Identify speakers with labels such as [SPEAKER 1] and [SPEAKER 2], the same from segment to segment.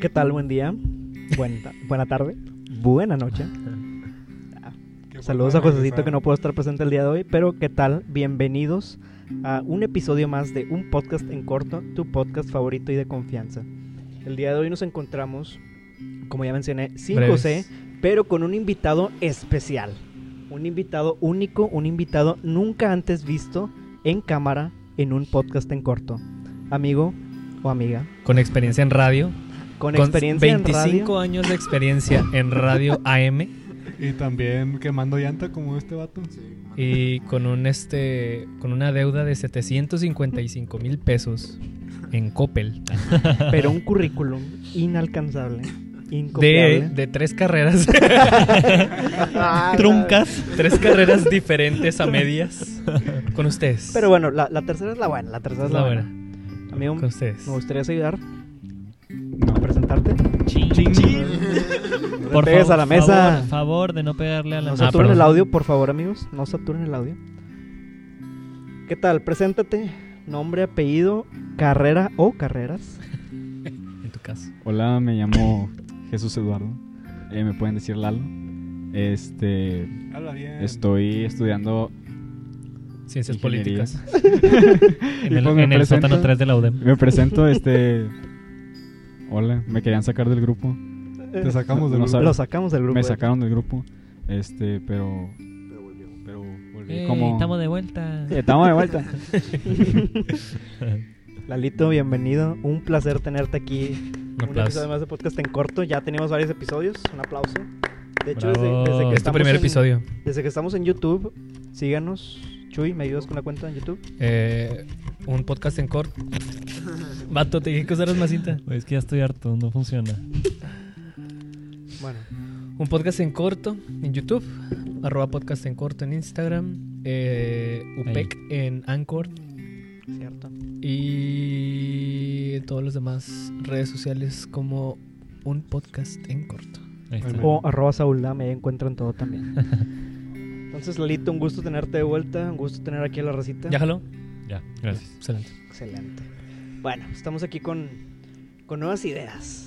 [SPEAKER 1] ¿Qué tal? Buen día. Buen ta- buena tarde. Buena noche.
[SPEAKER 2] Qué
[SPEAKER 1] Saludos a
[SPEAKER 2] forma de
[SPEAKER 1] Josecito
[SPEAKER 2] empezar.
[SPEAKER 1] que no puedo estar presente el día de hoy, pero ¿qué tal? Bienvenidos a un episodio más de Un Podcast en Corto, tu podcast favorito y de confianza. El día de hoy nos encontramos, como ya mencioné, sin
[SPEAKER 2] Breves.
[SPEAKER 1] José, pero con un invitado especial. Un invitado único, un invitado nunca antes visto en cámara en un podcast en corto. Amigo o amiga,
[SPEAKER 3] con experiencia en radio.
[SPEAKER 1] con, experiencia en
[SPEAKER 3] 25
[SPEAKER 1] radio.
[SPEAKER 3] años de experiencia en radio AM
[SPEAKER 2] Y también quemando llanta como este vato.
[SPEAKER 3] y con un este con una deuda de 755 mil pesos en Coppel
[SPEAKER 1] pero un currículum inalcanzable, incopiable.
[SPEAKER 3] de, de tres carreras
[SPEAKER 1] Ah,
[SPEAKER 3] truncas, tres carreras diferentes a medias con ustedes.
[SPEAKER 1] Pero bueno, la, la tercera es la buena, la tercera es la, buena. Amigo,
[SPEAKER 3] con ustedes.
[SPEAKER 1] me gustaría ayudar
[SPEAKER 2] No.
[SPEAKER 1] a presentarte.
[SPEAKER 2] Chin, chin.
[SPEAKER 1] Por pegues a la mesa.
[SPEAKER 4] Favor, favor de no pegarle a la
[SPEAKER 1] No
[SPEAKER 4] mesa.
[SPEAKER 1] saturen
[SPEAKER 3] perdón.
[SPEAKER 1] el audio, por favor, amigos. No saturen el audio. ¿Qué tal? Preséntate. Nombre, apellido, carrera o carreras.
[SPEAKER 3] En tu caso.
[SPEAKER 5] Hola, me llamo Jesús Eduardo. Eh, me pueden decir Lalo. Este,
[SPEAKER 2] Habla bien.
[SPEAKER 5] estoy estudiando.
[SPEAKER 3] Ciencias
[SPEAKER 5] Ingeniería.
[SPEAKER 3] políticas.
[SPEAKER 4] En el,
[SPEAKER 5] Pues me
[SPEAKER 4] en el
[SPEAKER 5] presento.
[SPEAKER 4] sótano 3 de la UDEM.
[SPEAKER 5] Me presento, este. Hola, me querían sacar del grupo.
[SPEAKER 2] Te sacamos de
[SPEAKER 5] No
[SPEAKER 2] luz.
[SPEAKER 5] sabe.
[SPEAKER 1] Lo sacamos del grupo.
[SPEAKER 5] Me sacaron del grupo. Este, pero. Pero volví.
[SPEAKER 4] Ey,
[SPEAKER 5] como-
[SPEAKER 4] Eh, Estamos de vuelta.
[SPEAKER 5] Eh, estamos de vuelta.
[SPEAKER 1] Lalito, bienvenido. Un placer tenerte aquí.
[SPEAKER 3] Un
[SPEAKER 1] Un episodio
[SPEAKER 3] aplauso.
[SPEAKER 1] más de podcast en corto. Ya tenemos varios episodios. Un aplauso. De hecho, desde,
[SPEAKER 4] Bravo.
[SPEAKER 1] desde que
[SPEAKER 3] Es
[SPEAKER 4] Es tu
[SPEAKER 3] tu
[SPEAKER 1] estamos
[SPEAKER 3] Este primer
[SPEAKER 1] en-
[SPEAKER 3] episodio.
[SPEAKER 1] Desde que estamos en YouTube, síganos. Chuy, ¿me ayudas con la cuenta en YouTube?
[SPEAKER 3] Eh, un podcast en corto. Vato, te dije que usaras más cinta.
[SPEAKER 4] Oye, es que ya estoy harto, no funciona.
[SPEAKER 1] Bueno,
[SPEAKER 3] Un podcast en corto en YouTube, arroba podcast en corto en Instagram, eh, UPEC en Anchor
[SPEAKER 1] cierto.
[SPEAKER 3] y en todas las demás redes sociales como un podcast en corto.
[SPEAKER 4] Ahí está.
[SPEAKER 2] Bueno.
[SPEAKER 1] O arroba Saúl Dame, ahí encuentran todo también. Entonces, Lalito, un gusto tenerte de vuelta. Un gusto tener aquí a la racita.
[SPEAKER 3] ¿Ya jaló?
[SPEAKER 4] Ya, gracias.
[SPEAKER 3] Excelente.
[SPEAKER 1] Excelente. Bueno, estamos aquí con, con nuevas ideas.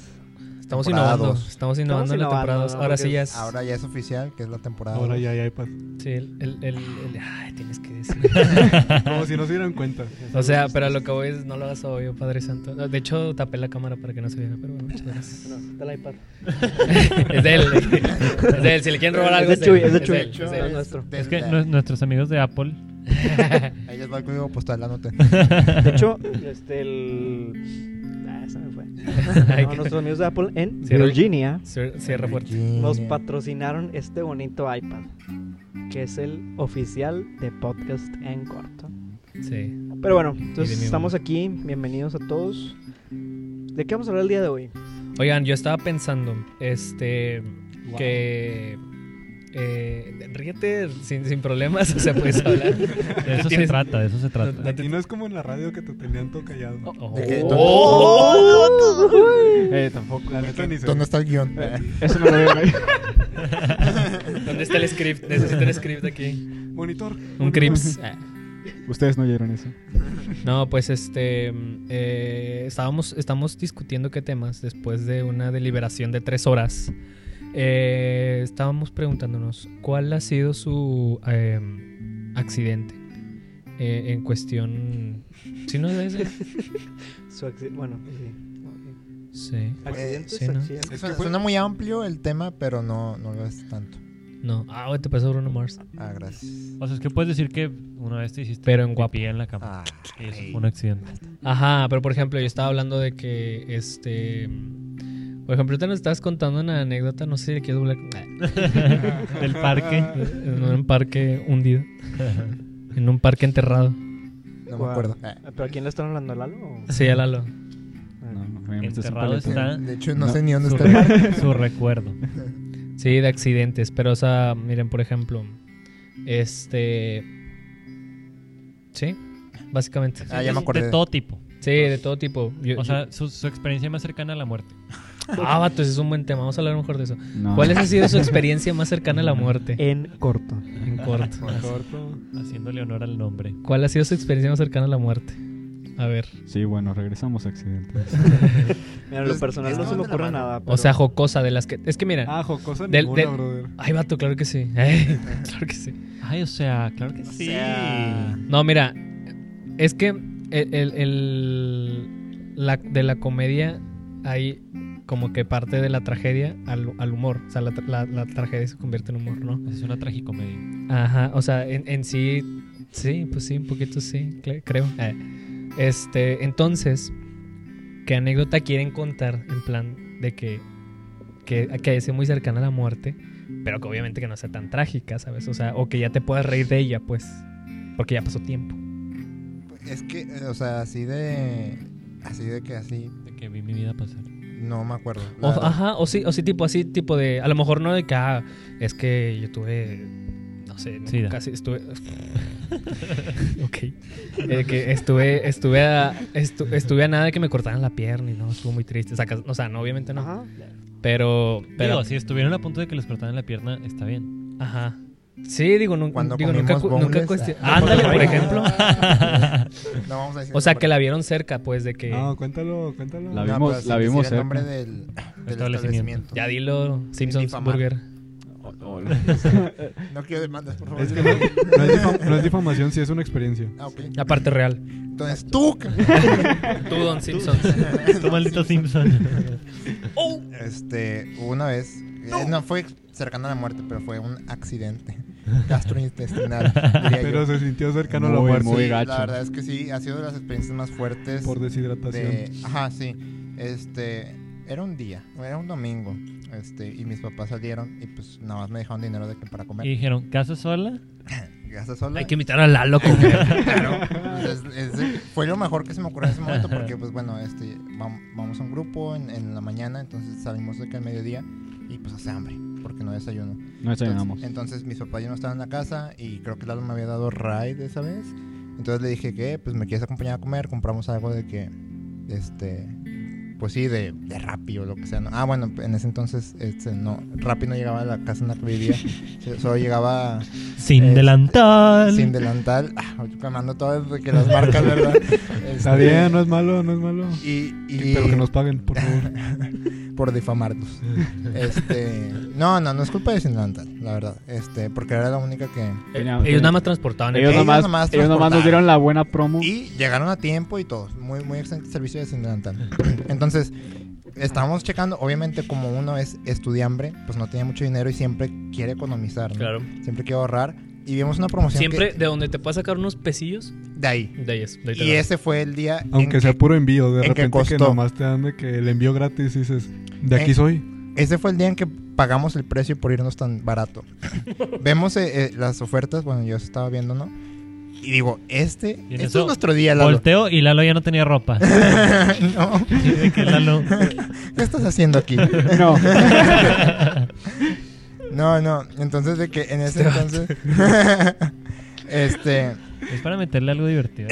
[SPEAKER 3] Estamos
[SPEAKER 6] Temporada
[SPEAKER 3] innovando,
[SPEAKER 6] dos.
[SPEAKER 3] estamos innovando en la
[SPEAKER 1] innovando,
[SPEAKER 3] temporada dos.
[SPEAKER 1] ¿no?
[SPEAKER 3] Ahora
[SPEAKER 1] Porque
[SPEAKER 3] sí ya es...
[SPEAKER 6] Ahora ya es oficial, que es la temporada.
[SPEAKER 2] Ahora
[SPEAKER 6] dos.
[SPEAKER 2] ya hay iPad.
[SPEAKER 3] Sí, el... el- el- el- ay, tienes que decir.
[SPEAKER 2] Como si no se dieran cuenta.
[SPEAKER 3] o sea, pero a lo que voy es no lo hagas obvio, Padre Santo. De hecho, tapé la cámara para que no se viera, pero bueno, muchas gracias.
[SPEAKER 1] No, está el iPad.
[SPEAKER 3] es de él. Es de él. Si le quieren robar algo,
[SPEAKER 1] Es de Chuy, es de
[SPEAKER 3] él,
[SPEAKER 1] Chuy.
[SPEAKER 3] él, es de
[SPEAKER 1] Es
[SPEAKER 3] él.
[SPEAKER 1] nuestro.
[SPEAKER 6] Desde-
[SPEAKER 4] Es que nue- nuestros amigos de Apple.
[SPEAKER 6] Ahí les va el código postal, la nota.
[SPEAKER 1] De hecho, este, el. Ah, se me fue.
[SPEAKER 3] Ay,
[SPEAKER 1] No,
[SPEAKER 3] qué-
[SPEAKER 1] nuestros amigos de Apple en
[SPEAKER 3] Cierra-
[SPEAKER 1] Virginia
[SPEAKER 3] Cier- Cierra fuerte.
[SPEAKER 1] nos patrocinaron este bonito iPad, que es el oficial de Podcast en Corto.
[SPEAKER 3] Sí.
[SPEAKER 1] Pero bueno,
[SPEAKER 3] Y de
[SPEAKER 1] entonces
[SPEAKER 3] mi
[SPEAKER 1] estamos aquí, bienvenidos a todos. ¿De qué vamos a hablar el día de hoy?
[SPEAKER 3] Oigan, yo estaba pensando, este, que... eh, ríete sin, sin problemas, o sea, puedes hablar.
[SPEAKER 4] De eso se
[SPEAKER 3] Tienes-
[SPEAKER 4] trata, de eso se trata.
[SPEAKER 3] No, no
[SPEAKER 2] Y no es como en la radio que te tenían todo callado.
[SPEAKER 3] Oh.
[SPEAKER 6] ¿De qué?
[SPEAKER 5] Eh, tampoco.
[SPEAKER 2] La neta ni se.
[SPEAKER 6] ¿Dónde está el guión?
[SPEAKER 5] Eso no lo veo ahí.
[SPEAKER 3] ¿Dónde está el script? Necesito un script aquí.
[SPEAKER 2] Monitor.
[SPEAKER 3] Un crips. Ah.
[SPEAKER 5] Ustedes no oyeron eso.
[SPEAKER 3] No, pues este. mm, eh, estábamos, estamos discutiendo qué temas después de una deliberación de tres horas. Eh, estábamos preguntándonos cuál ha sido su eh, accidente eh, en cuestión. ¿Sí no es ese?
[SPEAKER 1] Su acci- bueno, sí.
[SPEAKER 3] Sí.
[SPEAKER 1] Ok. Accidentes,
[SPEAKER 3] sí, ¿no?
[SPEAKER 1] accidentes.
[SPEAKER 6] Suena, suena muy amplio el tema, pero no, no lo es tanto.
[SPEAKER 3] No. Ah, güey, te pasó Bruno Mars.
[SPEAKER 6] Ah, gracias.
[SPEAKER 4] O sea, es que puedes decir que una vez te hiciste
[SPEAKER 3] Pero en guapo.
[SPEAKER 4] pipí en Este, la cama.
[SPEAKER 6] Ah,
[SPEAKER 4] Y eso fue un accidente.
[SPEAKER 3] Ajá, pero por ejemplo, yo estaba hablando de que este. mm, Por ejemplo, te nos estabas contando una anécdota, no sé si quiero doblar.
[SPEAKER 4] Del parque.
[SPEAKER 3] eh, En un parque hundido. en un parque enterrado.
[SPEAKER 6] no
[SPEAKER 1] Guau.
[SPEAKER 6] me acuerdo. Ah,
[SPEAKER 1] Ah, ¿Pero a quién le están hablando? ¿A Lalo? o-
[SPEAKER 3] Sí, a Lalo.
[SPEAKER 5] No,
[SPEAKER 4] este
[SPEAKER 5] obviamente es un
[SPEAKER 4] Enterrado
[SPEAKER 5] paleto.
[SPEAKER 4] está
[SPEAKER 6] De hecho, no,
[SPEAKER 5] No.
[SPEAKER 6] sé ni dónde
[SPEAKER 4] su,
[SPEAKER 6] está el bar.
[SPEAKER 4] re- su recuerdo.
[SPEAKER 3] Sí, de accidentes. Pero, o sea, miren, por ejemplo, este. Sí, básicamente.
[SPEAKER 6] Ah, ya me
[SPEAKER 4] De
[SPEAKER 6] acordé.
[SPEAKER 4] todo tipo.
[SPEAKER 3] Sí, de todo tipo. Yo-
[SPEAKER 4] O sea, su, su experiencia más cercana a la muerte.
[SPEAKER 3] Ah, vato, ese es un buen tema. Vamos a hablar mejor de eso.
[SPEAKER 5] No.
[SPEAKER 3] ¿Cuál ha sido su experiencia más cercana a la muerte?
[SPEAKER 1] En corto.
[SPEAKER 3] En corto.
[SPEAKER 2] Corto.
[SPEAKER 4] Haciéndole honor al nombre.
[SPEAKER 3] ¿Cuál ha sido su experiencia más cercana a la muerte? A ver.
[SPEAKER 5] Sí, bueno, regresamos a accidentes.
[SPEAKER 1] Mira, en lo
[SPEAKER 6] Pues,
[SPEAKER 1] personal no
[SPEAKER 6] estaban
[SPEAKER 1] se me
[SPEAKER 6] de la
[SPEAKER 1] ocurre
[SPEAKER 6] mano.
[SPEAKER 1] nada.
[SPEAKER 3] O
[SPEAKER 1] pero-
[SPEAKER 3] sea, jocosa de las que. Es que mira.
[SPEAKER 2] Ah, jocosa
[SPEAKER 3] Del-
[SPEAKER 2] ninguna,
[SPEAKER 3] del-
[SPEAKER 2] brother.
[SPEAKER 3] Ay, vato, claro que sí. Ay, claro que sí.
[SPEAKER 4] Ay, o sea, claro que sí.
[SPEAKER 6] sea,
[SPEAKER 3] No, mira, es que el, el- el- la, de la comedia hay como que parte de la tragedia al, al humor. O sea, la, tra- la- la tragedia se convierte en humor, ¿no?
[SPEAKER 4] Es una tragicomedia.
[SPEAKER 3] Ajá, o sea, en, en sí, sí, pues sí, un poquito sí, cre- creo. Eh, Este, entonces, ¿qué anécdota quieren contar en plan de que, que, que sea muy cercana a la muerte, pero que obviamente que no sea tan trágica, ¿sabes? O sea, o que ya te puedas reír de ella, pues, porque ya pasó tiempo.
[SPEAKER 6] Es que, eh, o sea, así de. Así de que así.
[SPEAKER 4] De que vi mi vida pasar.
[SPEAKER 6] No me acuerdo.
[SPEAKER 3] O,
[SPEAKER 6] la verdad.
[SPEAKER 3] ajá, o sí, o sí, tipo así, tipo de, a lo mejor no de que, ah, es que yo tuve, no sé, no,
[SPEAKER 4] Sida.
[SPEAKER 3] casi estuve... ok. Eh, que estuve, estuve a, estu- estuve a nada de que me cortaran la pierna y no, estuvo muy triste. Sacas- O sea, no, obviamente no.
[SPEAKER 1] Ajá.
[SPEAKER 3] Pero, pero,
[SPEAKER 4] Pero si estuvieron a punto de que les cortaran la pierna, está bien.
[SPEAKER 3] ajá. Sí, digo, nun-
[SPEAKER 6] Cuando
[SPEAKER 3] digo, nunca,
[SPEAKER 6] comimos
[SPEAKER 3] cu- nunca
[SPEAKER 6] boneless,
[SPEAKER 3] cuestion-
[SPEAKER 6] ah.
[SPEAKER 3] Ándale, por ejemplo.
[SPEAKER 6] No vamos a decir.
[SPEAKER 3] O sea, que
[SPEAKER 6] el
[SPEAKER 3] la vieron cerca, pues, de que,
[SPEAKER 6] Ah,
[SPEAKER 2] No, cuéntalo, cuéntalo.
[SPEAKER 5] La
[SPEAKER 6] nombre.
[SPEAKER 5] vi- vimos-
[SPEAKER 6] No, pero sí
[SPEAKER 5] la
[SPEAKER 6] decir
[SPEAKER 5] vimos
[SPEAKER 6] El nombre
[SPEAKER 5] cerca.
[SPEAKER 6] del, del
[SPEAKER 4] Establecimiento.
[SPEAKER 6] establecimiento.
[SPEAKER 3] ya dilo, Simpsons
[SPEAKER 6] difamar.
[SPEAKER 3] Burger.
[SPEAKER 6] No quiero demandas, por favor.
[SPEAKER 2] Es que no, no es difam- no es difamación, sí es una experiencia.
[SPEAKER 6] Ah, ok.
[SPEAKER 3] Aparte real.
[SPEAKER 6] Entonces tú.
[SPEAKER 3] Tú, Don Simpsons.
[SPEAKER 4] Tú maldito Simpson.
[SPEAKER 6] Este, hubo una vez. eh, No. fue cercana a la muerte, pero fue un accidente gastrointestinal. diría
[SPEAKER 2] Pero
[SPEAKER 6] yo.
[SPEAKER 2] se sintió cercano a la
[SPEAKER 5] Muy,
[SPEAKER 2] muerte.
[SPEAKER 5] muy
[SPEAKER 6] Sí,
[SPEAKER 5] gacho.
[SPEAKER 6] La verdad es que sí, ha sido de las experiencias más fuertes.
[SPEAKER 2] Por deshidratación.
[SPEAKER 6] de- ajá, sí. Este, era un día, era un domingo. Este, y mis papás salieron y pues nada más me dejaron dinero de que para
[SPEAKER 4] y
[SPEAKER 6] comer.
[SPEAKER 4] dijeron, ¿casa sola?
[SPEAKER 6] Gastas sola.
[SPEAKER 3] Hay que invitar a Lalo como
[SPEAKER 6] Claro. Pues, es- es- fue lo mejor que se me ocurrió en ese momento porque, pues bueno, este, vam- vamos a un grupo en, en la mañana, entonces salimos de que al mediodía y pues hace hambre porque no desayuno.
[SPEAKER 5] No desayunamos.
[SPEAKER 6] Entonces, entonces, mis papás ya no estaban en la casa y creo que Lalo me había dado ride esa vez. Entonces le dije que, pues me quieres acompañar a comer, compramos algo de que, este, pues sí, de, de Rappi o lo que sea. ¿no? Ah, bueno, en ese entonces, este, no, Rappi no llegaba a la casa en la que vivía, se- solo llegaba
[SPEAKER 4] Sin
[SPEAKER 6] Eh,
[SPEAKER 4] delantal.
[SPEAKER 6] sin delantal. Ah, yo quemando todas de que las marcas, ¿verdad?
[SPEAKER 2] Está
[SPEAKER 6] Este,
[SPEAKER 2] bien, no es malo, no es malo.
[SPEAKER 6] Y, y-
[SPEAKER 2] Pero que nos paguen, por favor.
[SPEAKER 6] por difamarnos. este, no, no, no es culpa de Sin delantal, la verdad. Este, porque era la única que
[SPEAKER 5] Tenía-
[SPEAKER 3] Ellos
[SPEAKER 5] tenía-
[SPEAKER 3] nada más transportaban el
[SPEAKER 5] ellos
[SPEAKER 6] ellos
[SPEAKER 5] nomás,
[SPEAKER 6] nomás
[SPEAKER 5] ellos nomás nos
[SPEAKER 6] transportaban.
[SPEAKER 5] dieron la buena promo.
[SPEAKER 6] Y llegaron a tiempo y todos. Muy, muy excelente servicio de Sendantal. Entonces, estábamos checando. Obviamente, como uno es estudiambre, pues no tiene mucho dinero y siempre quiere economizar. ¿no?
[SPEAKER 3] Claro.
[SPEAKER 6] Siempre quiere ahorrar. Y vimos una promoción.
[SPEAKER 3] Siempre
[SPEAKER 6] que-
[SPEAKER 3] de donde te puedas sacar unos pesillos,
[SPEAKER 6] de ahí.
[SPEAKER 3] de ellas. de ahí te
[SPEAKER 6] Y
[SPEAKER 3] lo-
[SPEAKER 6] ese fue el día. en
[SPEAKER 2] Aunque
[SPEAKER 6] que-
[SPEAKER 2] sea puro envío, de
[SPEAKER 6] en que
[SPEAKER 2] repente que
[SPEAKER 6] costó. Eh.
[SPEAKER 2] nomás te dan de que el envío gratis y dices, de aquí
[SPEAKER 6] En-
[SPEAKER 2] soy.
[SPEAKER 6] Ese fue el día en que pagamos el precio por irnos tan barato. Vemos eh, eh, las ofertas. Bueno, yo estaba viendo, ¿no? Y digo, este.
[SPEAKER 4] Y en
[SPEAKER 6] Este
[SPEAKER 4] eso
[SPEAKER 6] es nuestro día, Lalo.
[SPEAKER 4] Volteo y Lalo ya no tenía ropa.
[SPEAKER 6] no.
[SPEAKER 4] Dice que Lalo...
[SPEAKER 6] ¿Qué estás haciendo aquí?
[SPEAKER 5] No,
[SPEAKER 6] No, no, entonces de que en ese entonces. este.
[SPEAKER 4] Es para meterle algo divertido.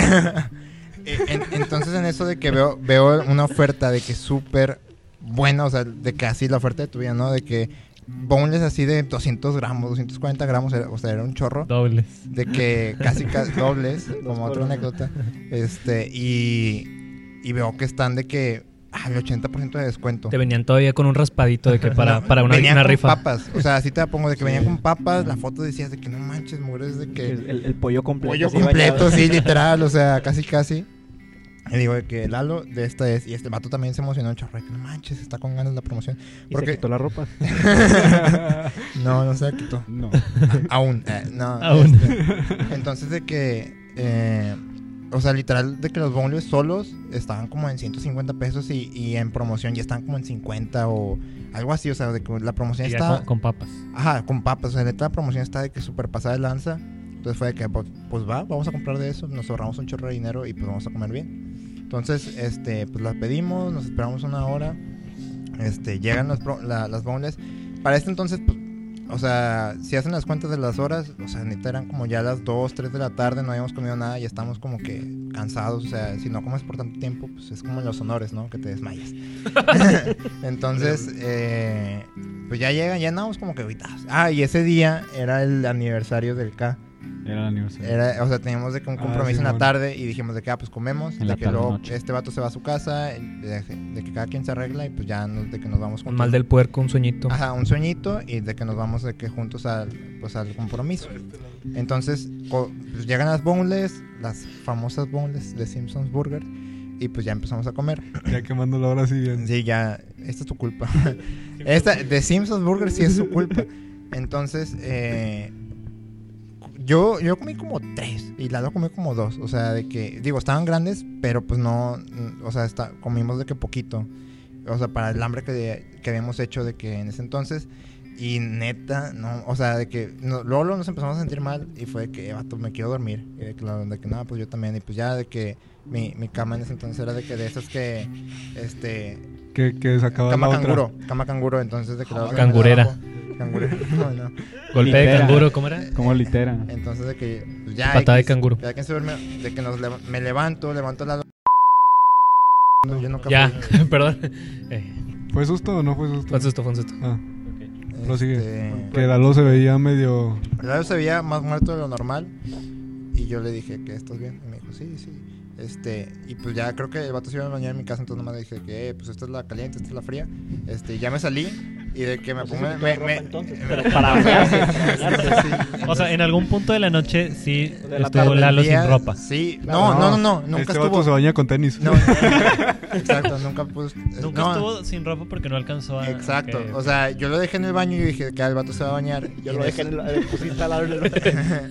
[SPEAKER 6] Eh, en- entonces en eso de que veo, veo una oferta de que súper buena, o sea, de que así la oferta de tu vida, ¿no? De que boneless así de 200 gramos, 240 gramos, era- o sea, era un chorro.
[SPEAKER 4] Dobles.
[SPEAKER 6] De que casi, casi dobles, como
[SPEAKER 1] por
[SPEAKER 6] otra
[SPEAKER 1] uno.
[SPEAKER 6] anécdota. Este, y, y veo que están de que al 80% de descuento.
[SPEAKER 3] Te venían todavía con un raspadito de que para,
[SPEAKER 6] No,
[SPEAKER 3] para una,
[SPEAKER 6] venían
[SPEAKER 3] una
[SPEAKER 6] con
[SPEAKER 3] rifa.
[SPEAKER 6] papas, o sea, así te la pongo de que venían con papas, la foto decías de que no manches, mujeres de que
[SPEAKER 1] El, el pollo completo.
[SPEAKER 6] Pollo
[SPEAKER 1] así
[SPEAKER 6] completo,
[SPEAKER 1] bañado.
[SPEAKER 6] sí, literal, o sea, casi, casi. Y digo de que Lalo de esta es. Y este vato también se emocionó, chorro. de que No manches, está con ganas de la promoción.
[SPEAKER 1] Y se
[SPEAKER 6] Porque.
[SPEAKER 1] quitó la ropa.
[SPEAKER 6] no, no se la quitó.
[SPEAKER 5] no.
[SPEAKER 6] Aún. eh, no.
[SPEAKER 4] Aún.
[SPEAKER 6] este, entonces, de que. eh, o sea, literal, de que los bongles solos estaban como en 150 pesos y, y en promoción ya estaban como en 50 o algo así. O sea, de que la promoción
[SPEAKER 4] Y ya
[SPEAKER 6] está.
[SPEAKER 4] con, con papas.
[SPEAKER 6] Ajá, con papas. O sea, neta, la promoción está de que súper pasada de lanza. Entonces fue de que, pues pues va, vamos a comprar de eso. Nos ahorramos un chorro de dinero y pues vamos a comer bien. Entonces, este, pues las pedimos, nos esperamos una hora. Este, llegan las, pro- la- las boneless. Para este entonces, pues, o sea, si hacen las cuentas de las horas, o sea, neta eran como ya las 2, 3 de la tarde, no habíamos comido nada y estamos como que cansados. O sea, si no comes por tanto tiempo, pues es como en los honores, ¿no? Que te desmayas. Entonces, eh, pues ya llegan, ya andamos como que aguitados. Ah, y ese día era el aniversario del K.
[SPEAKER 5] Era el aniversario.
[SPEAKER 6] Era, o sea, teníamos de que un
[SPEAKER 2] Ah,
[SPEAKER 6] compromiso en la
[SPEAKER 2] Simón.
[SPEAKER 6] tarde y dijimos de que, ah, pues comemos,
[SPEAKER 5] En
[SPEAKER 6] de
[SPEAKER 5] la
[SPEAKER 6] que
[SPEAKER 5] tarde,
[SPEAKER 6] luego
[SPEAKER 5] noche.
[SPEAKER 6] este vato se va a su casa, de, de que cada quien se arregla y pues ya nos- de que nos vamos
[SPEAKER 3] Un
[SPEAKER 6] juntos.
[SPEAKER 3] mal del puerco, un sueñito.
[SPEAKER 6] Ajá, un sueñito y de que nos vamos de que juntos al, pues, al compromiso. Entonces, co- pues, llegan las boneless, las famosas boneless de Simpsons Burger y pues ya empezamos a comer.
[SPEAKER 2] Ya quemando la hora así bien.
[SPEAKER 6] Sí, ya, esta es tu culpa. esta de Simpsons Burger sí es su culpa. Entonces, eh, yo, yo comí como tres y Lalo comió como dos. O sea, de que, digo, estaban grandes, pero pues no, mm, o sea, está, comimos de que poquito. O sea, para el hambre que, que habíamos hecho de que en ese entonces. Y neta, no, o sea, de que no- luego, luego nos empezamos a sentir mal y fue de que, "Eh, vato, me quiero dormir. Y de que, la- de que nada, pues yo también. Y pues ya de que mi, mi cama en ese entonces era de que de esas que, este,
[SPEAKER 2] Que, que sacaba
[SPEAKER 6] Cama
[SPEAKER 2] la otra.
[SPEAKER 6] canguro, cama canguro, entonces de que la
[SPEAKER 3] Ah, Cangurera.
[SPEAKER 6] Cangurera. No, no.
[SPEAKER 3] Golpe de
[SPEAKER 5] Litera.
[SPEAKER 3] canguro, ¿cómo era?
[SPEAKER 5] Como litera.
[SPEAKER 6] Entonces de que pues, ya
[SPEAKER 3] Patada de
[SPEAKER 6] X,
[SPEAKER 3] canguro.
[SPEAKER 6] Ya que se duerme, de que nos leva- me levanto, levanto la yo nunca
[SPEAKER 3] Ya,
[SPEAKER 6] fui,
[SPEAKER 3] perdón. Eh,
[SPEAKER 2] ¿Fue susto o no fue susto?
[SPEAKER 3] fue un susto, fue un susto.
[SPEAKER 2] Ah,
[SPEAKER 6] este,
[SPEAKER 2] prosigue. que Lalo se veía medio.
[SPEAKER 6] Lalo se veía más muerto de lo normal y yo le dije que estás bien y me dijo sí, sí. Este, y pues ya creo que el vato se iba a bañar en mi casa, entonces nomás le dije que eh, pues esta es la caliente, esta es la fría. Este, y ya me salí y de que me pongo me, me-
[SPEAKER 1] pero para hablar.
[SPEAKER 6] Sí, sí, sí.
[SPEAKER 4] O sea, en algún punto de la noche sí
[SPEAKER 3] Este,
[SPEAKER 1] de la
[SPEAKER 4] estuvo
[SPEAKER 1] tarde,
[SPEAKER 4] Lalo
[SPEAKER 6] Día-
[SPEAKER 4] sin ropa.
[SPEAKER 6] Sí, no, no, no, no, nunca
[SPEAKER 2] este
[SPEAKER 6] estuvo.
[SPEAKER 2] vato se baña con tenis.
[SPEAKER 6] No, no, exacto, nunca puso.
[SPEAKER 4] Nunca
[SPEAKER 6] no,
[SPEAKER 4] estuvo sin ropa porque no alcanzó a.
[SPEAKER 6] Exacto,
[SPEAKER 4] ok.
[SPEAKER 6] o sea, yo lo dejé en el baño y dije que el vato se va a bañar.
[SPEAKER 1] Yo
[SPEAKER 6] Y
[SPEAKER 1] lo
[SPEAKER 6] en
[SPEAKER 1] dejé en
[SPEAKER 6] eso-
[SPEAKER 1] el. eh, Pusiste al lado en el.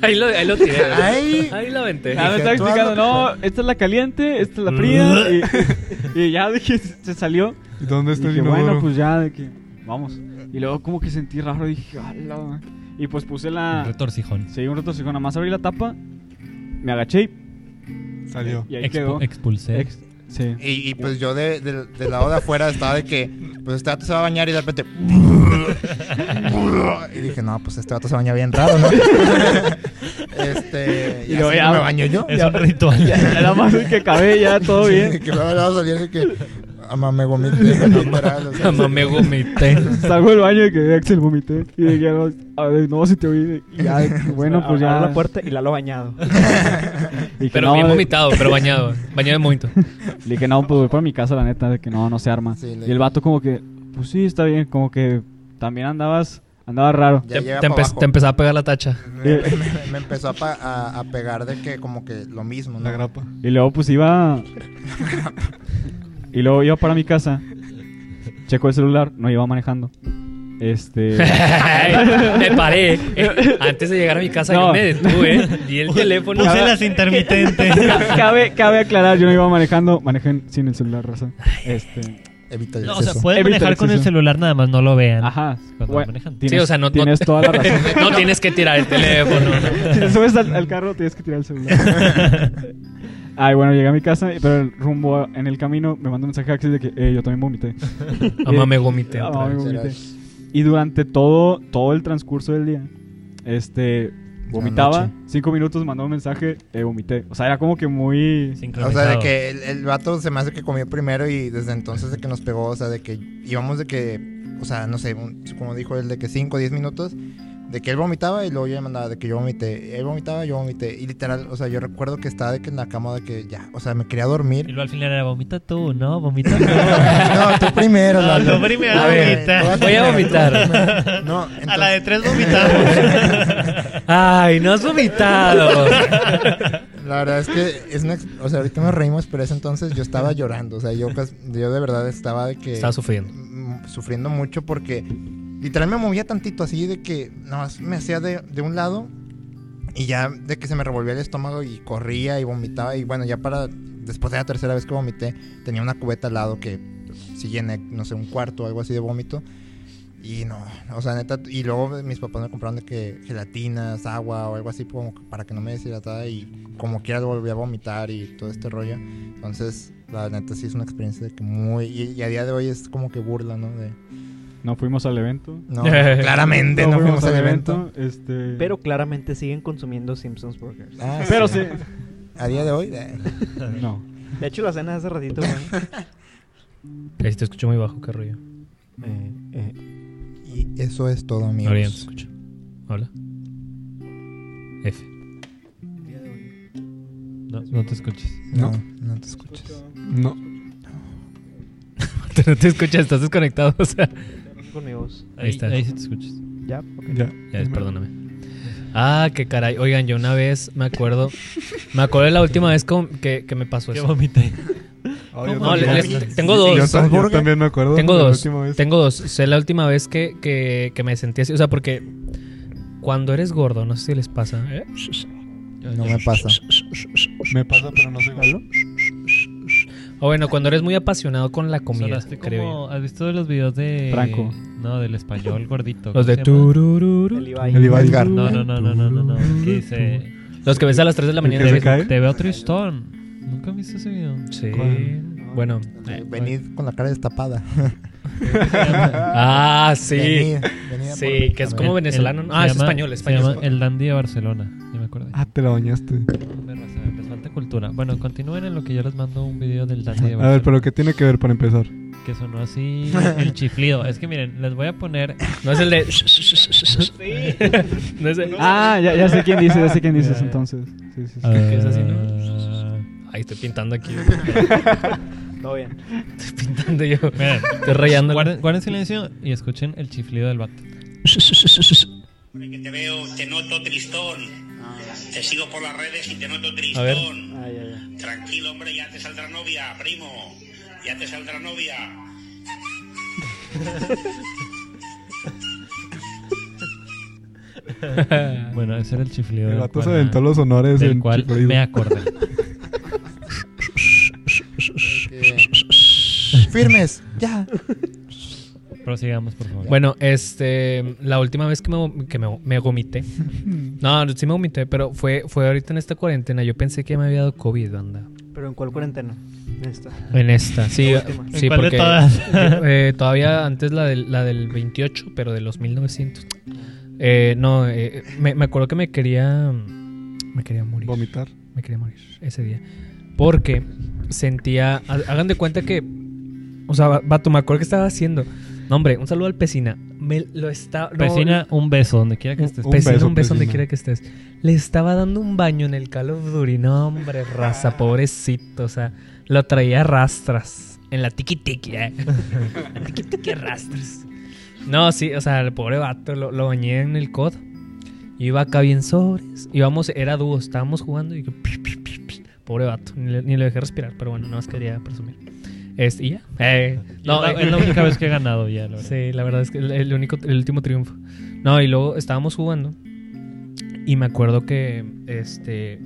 [SPEAKER 3] Ahí lo, ahí lo tiré.
[SPEAKER 6] Ay.
[SPEAKER 3] Ahí la aventé.
[SPEAKER 5] Ah, me
[SPEAKER 6] Dije,
[SPEAKER 5] estaba
[SPEAKER 6] tú
[SPEAKER 5] explicando, no,
[SPEAKER 6] hazlo.
[SPEAKER 5] esta es la caliente, esta es la fría. y, y ya dije, se salió.
[SPEAKER 2] ¿Y dónde está el
[SPEAKER 5] dije,
[SPEAKER 2] inodoro?
[SPEAKER 5] bueno, pues ya, de que vamos. Y luego como que sentí raro, dije, "Ala, ma". Y pues puse
[SPEAKER 4] Un
[SPEAKER 5] la...
[SPEAKER 4] retorcijón.
[SPEAKER 5] Sí, un retorcijón, nada más abrí la tapa, me agaché y,
[SPEAKER 3] pues,
[SPEAKER 2] Salió.
[SPEAKER 5] y ahí
[SPEAKER 4] Expu-
[SPEAKER 5] quedó.
[SPEAKER 4] expulsé.
[SPEAKER 5] Ex- sí.
[SPEAKER 6] Y, y pues yo de, de- del lado de afuera estaba de que, pues este vato se va a bañar y de repente. Y dije, no, pues este vato se baña bien raro, ¿no? este. Y,
[SPEAKER 5] Y
[SPEAKER 6] así
[SPEAKER 5] luego ya-
[SPEAKER 6] me baño yo.
[SPEAKER 4] es un ritual.
[SPEAKER 5] Ya nada más que acabé, ya todo
[SPEAKER 6] Sí,
[SPEAKER 5] bien.
[SPEAKER 6] que luego le va a salir así que. Amame gomite. no, literal, o sea,
[SPEAKER 3] Mamá, me gomité.
[SPEAKER 5] Salgo del baño y que Axel vomité. Y dije, no, a ver, no, si te oí. Y ya, de que, bueno, pues
[SPEAKER 1] Abro
[SPEAKER 5] ya.
[SPEAKER 1] Ah, la puerta y Lalo bañado.
[SPEAKER 5] Y dije,
[SPEAKER 3] Pero
[SPEAKER 5] no,
[SPEAKER 3] bien
[SPEAKER 5] de-
[SPEAKER 3] vomitado, pero bañado. Bañado en vómito.
[SPEAKER 5] Le dije, no, pues voy para mi casa, la neta, de que no, no se arma.
[SPEAKER 6] Sí, le-
[SPEAKER 5] y el vato como que, pues sí, está bien, como que también andabas, andaba raro.
[SPEAKER 6] ya
[SPEAKER 3] Te,
[SPEAKER 6] llega
[SPEAKER 3] te
[SPEAKER 6] pa'
[SPEAKER 3] empe-
[SPEAKER 6] abajo.
[SPEAKER 3] te empezó a pegar la tacha.
[SPEAKER 6] me, me- me empezó a, pa- a- a pegar de que como que lo mismo, ¿no?
[SPEAKER 2] La grapa.
[SPEAKER 5] Y luego pues iba... y luego iba para mi casa, checo el celular, no iba manejando. Este...
[SPEAKER 3] me paré. Eh, antes de llegar a mi casa yo
[SPEAKER 5] No.
[SPEAKER 3] me detuve. Y el teléfono.
[SPEAKER 4] Puse las intermitentes.
[SPEAKER 5] cabe, cabe aclarar, yo no iba manejando, manejé sin el celular, raza. Este...
[SPEAKER 6] Evita el
[SPEAKER 4] No, o sea,
[SPEAKER 6] exceso.
[SPEAKER 4] pueden
[SPEAKER 5] Evita el
[SPEAKER 4] manejar con el
[SPEAKER 5] exceso.
[SPEAKER 4] celular, nada más no lo vean.
[SPEAKER 5] Ajá.
[SPEAKER 4] Cuando
[SPEAKER 5] bueno,
[SPEAKER 4] manejan.
[SPEAKER 5] tienes,
[SPEAKER 3] Sí, o sea, no- no-
[SPEAKER 5] tienes toda la razón.
[SPEAKER 3] No tienes que tirar el teléfono.
[SPEAKER 5] si te subes al, al carro, tienes que tirar el celular. Ay, bueno, llegué a mi casa, pero el rumbo a- en el camino me mandó un mensaje a Axel de que eh, yo también vomité.
[SPEAKER 3] Mamá, me vomité.
[SPEAKER 5] Ah,
[SPEAKER 3] otra
[SPEAKER 5] me
[SPEAKER 3] vez.
[SPEAKER 5] vomité. Y durante todo, todo el transcurso del día, este, vomitaba.
[SPEAKER 6] noche.
[SPEAKER 5] Cinco minutos mandó un mensaje, eh, vomité. O sea, era como que muy...
[SPEAKER 6] O sea, de
[SPEAKER 4] Sincronizado.
[SPEAKER 6] que el, el vato se me hace que comió primero y desde entonces de que nos pegó, o sea, de que íbamos de que, o sea, no sé, un- como dijo él, de que 5 o 10 minutos, de que él vomitaba y luego yo le mandaba de que yo vomité, él vomitaba, yo vomité, y literal, o sea, yo recuerdo que estaba de que en la cama de que ya, o sea, me quería
[SPEAKER 4] Y
[SPEAKER 6] dormir.
[SPEAKER 4] luego al final era vomita tú, no, vomita tú.
[SPEAKER 6] no, tú primero,
[SPEAKER 4] No,
[SPEAKER 6] Lalo.
[SPEAKER 4] tú primero
[SPEAKER 6] A ver,
[SPEAKER 4] vomita.
[SPEAKER 6] tú vas
[SPEAKER 3] Voy a
[SPEAKER 6] primero, tú vas
[SPEAKER 4] vomitar.
[SPEAKER 6] primero. No,
[SPEAKER 4] A la de
[SPEAKER 6] entonces,
[SPEAKER 4] tres vomitamos.
[SPEAKER 3] Ay, no has vomitado.
[SPEAKER 6] la verdad es que es una, ex- o sea, ahorita nos reímos, pero ese entonces yo estaba llorando, o sea, yo, pues, yo de verdad estaba de que...
[SPEAKER 3] Estaba sufriendo.
[SPEAKER 6] m- sufriendo mucho porque literal me movía tantito así de que nada más me hacía de, de un lado y ya de que se me revolvía el estómago y corría y vomitaba y bueno ya para después de la tercera vez que vomité tenía una cubeta al lado que si llené no sé un cuarto o algo así de vómito y no o sea neta y luego mis papás me compraron de que gelatinas agua o algo así como que para que no me deshidratara y como quiera volví a vomitar y todo este rollo entonces, la neta sí es una experiencia de que muy... Y, y a día de hoy es como que burla, ¿no? De,
[SPEAKER 5] No fuimos al evento.
[SPEAKER 6] No, claramente no, fuimos al evento.
[SPEAKER 5] Este...
[SPEAKER 1] Pero claramente siguen consumiendo Simpsons Burgers.
[SPEAKER 6] Ah,
[SPEAKER 5] Pero sí.
[SPEAKER 6] A día de hoy, eh,
[SPEAKER 5] No.
[SPEAKER 1] De hecho, la cena hace ratito, güey.
[SPEAKER 3] Ahí te escucho muy bajo, qué rollo.
[SPEAKER 1] Eh, eh,
[SPEAKER 6] y eso es todo, amigos.
[SPEAKER 3] Ahora ya no te escucho. Hola. F.
[SPEAKER 4] No, no te escuches.
[SPEAKER 6] No, no te escuchas.
[SPEAKER 2] No.
[SPEAKER 3] no te escuchas, estás desconectado. O sea,
[SPEAKER 1] con mi voz.
[SPEAKER 3] Ahí
[SPEAKER 4] Ahí,
[SPEAKER 3] está.
[SPEAKER 4] ahí sí te escuchas.
[SPEAKER 1] Ya, ok.
[SPEAKER 2] Ya.
[SPEAKER 3] ya ves, perdóname. Ah, qué caray. Oigan, yo una vez me acuerdo. Me acuerdo de la última vez con- que, que me pasó
[SPEAKER 4] Qué
[SPEAKER 3] eso.
[SPEAKER 4] vomité.
[SPEAKER 2] Ah,
[SPEAKER 4] No,
[SPEAKER 2] yo
[SPEAKER 3] No, le-
[SPEAKER 2] también.
[SPEAKER 3] le- tengo dos.
[SPEAKER 2] Yo, ta- yo
[SPEAKER 6] Salzburger.
[SPEAKER 2] también me acuerdo.
[SPEAKER 3] Tengo
[SPEAKER 2] de la
[SPEAKER 3] dos.
[SPEAKER 2] última vez.
[SPEAKER 3] Tengo dos. Sé la última vez que, que, que me sentí así. O sea, porque cuando eres gordo, no sé si les pasa.
[SPEAKER 2] ¿Eh?
[SPEAKER 6] No me pasa.
[SPEAKER 2] Me pasa, pero no sé cómo.
[SPEAKER 3] O bueno, cuando eres muy apasionado con la comida,
[SPEAKER 4] Sonaste
[SPEAKER 3] creo yo.
[SPEAKER 4] como, ¿Has visto los videos de.
[SPEAKER 5] Franco.
[SPEAKER 4] No, del español gordito.
[SPEAKER 3] Los
[SPEAKER 4] ¿cómo
[SPEAKER 3] de
[SPEAKER 4] se llama?
[SPEAKER 3] turururu.
[SPEAKER 1] El Ibai.
[SPEAKER 2] El Ibai.
[SPEAKER 6] Edgar.
[SPEAKER 4] No, no, no, no, no, no. no. Que dice.
[SPEAKER 3] Los que ves a las 3 de la
[SPEAKER 2] ¿El que
[SPEAKER 3] mañana.
[SPEAKER 2] se cae?
[SPEAKER 4] Te veo tristón. Nunca viste ese video.
[SPEAKER 3] ¿Eh? Sí.
[SPEAKER 2] ¿Cuál?
[SPEAKER 3] Bueno.
[SPEAKER 6] Eh, Venid con la cara destapada.
[SPEAKER 3] Ah, sí.
[SPEAKER 6] Venid, venid a
[SPEAKER 3] Sí,
[SPEAKER 6] por mí.
[SPEAKER 3] que es
[SPEAKER 6] A
[SPEAKER 3] como
[SPEAKER 6] ver.
[SPEAKER 3] venezolano, ¿no? Ah,
[SPEAKER 4] se
[SPEAKER 3] es español,
[SPEAKER 4] se
[SPEAKER 3] español.
[SPEAKER 4] llama El Dandy de Barcelona. Ya me acordé.
[SPEAKER 2] Ah, te la bañaste.
[SPEAKER 4] Me raza, Les falta cultura. Bueno, continúen en lo que yo les mando un video del Dandy de
[SPEAKER 2] A ver,
[SPEAKER 4] Barcelona.
[SPEAKER 2] pero ¿qué tiene que ver para empezar?
[SPEAKER 4] Que sonó así el chiflido. Es que miren, les voy a poner.
[SPEAKER 3] No es el de. No es el-
[SPEAKER 5] Ah, ya, ya sé quién dices, ya sé quién dices
[SPEAKER 4] Ya, ya.
[SPEAKER 5] entonces. Sí, sí, sí.
[SPEAKER 3] que es así, ¿no?
[SPEAKER 4] Ah,
[SPEAKER 3] Ay, estoy pintando aquí.
[SPEAKER 1] Todo bien.
[SPEAKER 3] Estoy pintando yo.
[SPEAKER 4] Miren,
[SPEAKER 3] Estoy rayando.
[SPEAKER 4] guarden, guarden silencio y escuchen el chiflido del vato.
[SPEAKER 7] Porque te veo, te noto tristón. Te sigo por las redes y te noto
[SPEAKER 3] ver.
[SPEAKER 7] tristón.
[SPEAKER 1] Ah, ya, ya.
[SPEAKER 7] Tranquilo, hombre, ya te saldrá novia, primo. Ya te saldrá novia.
[SPEAKER 3] Ah.
[SPEAKER 4] Bueno, ese era el chiflido.
[SPEAKER 2] El
[SPEAKER 4] del
[SPEAKER 2] vato se
[SPEAKER 4] cual-
[SPEAKER 2] aventó los honores
[SPEAKER 4] del
[SPEAKER 2] en
[SPEAKER 4] cual
[SPEAKER 2] Chiflido.
[SPEAKER 4] me acordé.
[SPEAKER 6] Firmes, ya.
[SPEAKER 4] Prosigamos, por favor.
[SPEAKER 3] Bueno, este, la última vez que me, que me, me vomité. No, sí me vomité, pero fue, fue ahorita en esta cuarentena. Yo pensé que me había dado COVID, anda.
[SPEAKER 1] Pero ¿en cuál cuarentena? En esta.
[SPEAKER 3] En esta, sí. eh,
[SPEAKER 1] La última.
[SPEAKER 3] sí
[SPEAKER 4] ¿En cuál de
[SPEAKER 3] porque,
[SPEAKER 4] todas?
[SPEAKER 3] eh, todavía antes la del, la del 28, pero de los 1900. Eh, no, eh, me, me acuerdo que me quería... Me quería morir.
[SPEAKER 2] Vomitar.
[SPEAKER 3] Me quería morir ese día. Porque sentía. ha- Hagan de cuenta que. O sea, va- vato, me acuerdo que estaba haciendo. No, hombre, un saludo al Pesina. Me lo estaba.
[SPEAKER 4] Vecina, un beso donde quiera que estés.
[SPEAKER 2] Un
[SPEAKER 3] Pesina,
[SPEAKER 2] beso,
[SPEAKER 3] un beso donde
[SPEAKER 2] Pesina.
[SPEAKER 3] quiera que estés. Le estaba dando un baño en el Call of Duty. No, hombre,
[SPEAKER 2] Ah.
[SPEAKER 3] raza, pobrecito. O sea, lo traía a rastras. En la tiki tiki, eh. La tiki tiki a rastras. No, sí, o sea, el pobre vato lo, lo bañé en el COD. Iba acá bien sobres. Íbamos, era dúo, estábamos jugando y. yo, pi, pi, pi, pi. Pobre vato, ni, le- ni lo dejé respirar, pero bueno, no más quería presumir. Este, y ya. Eh,
[SPEAKER 4] No,
[SPEAKER 3] no,
[SPEAKER 4] es la, es la
[SPEAKER 3] eh,
[SPEAKER 4] única vez que he ganado ya, la verdad.
[SPEAKER 3] Sí, la verdad es que el, el único, el último triunfo. No, y luego estábamos jugando y me acuerdo que este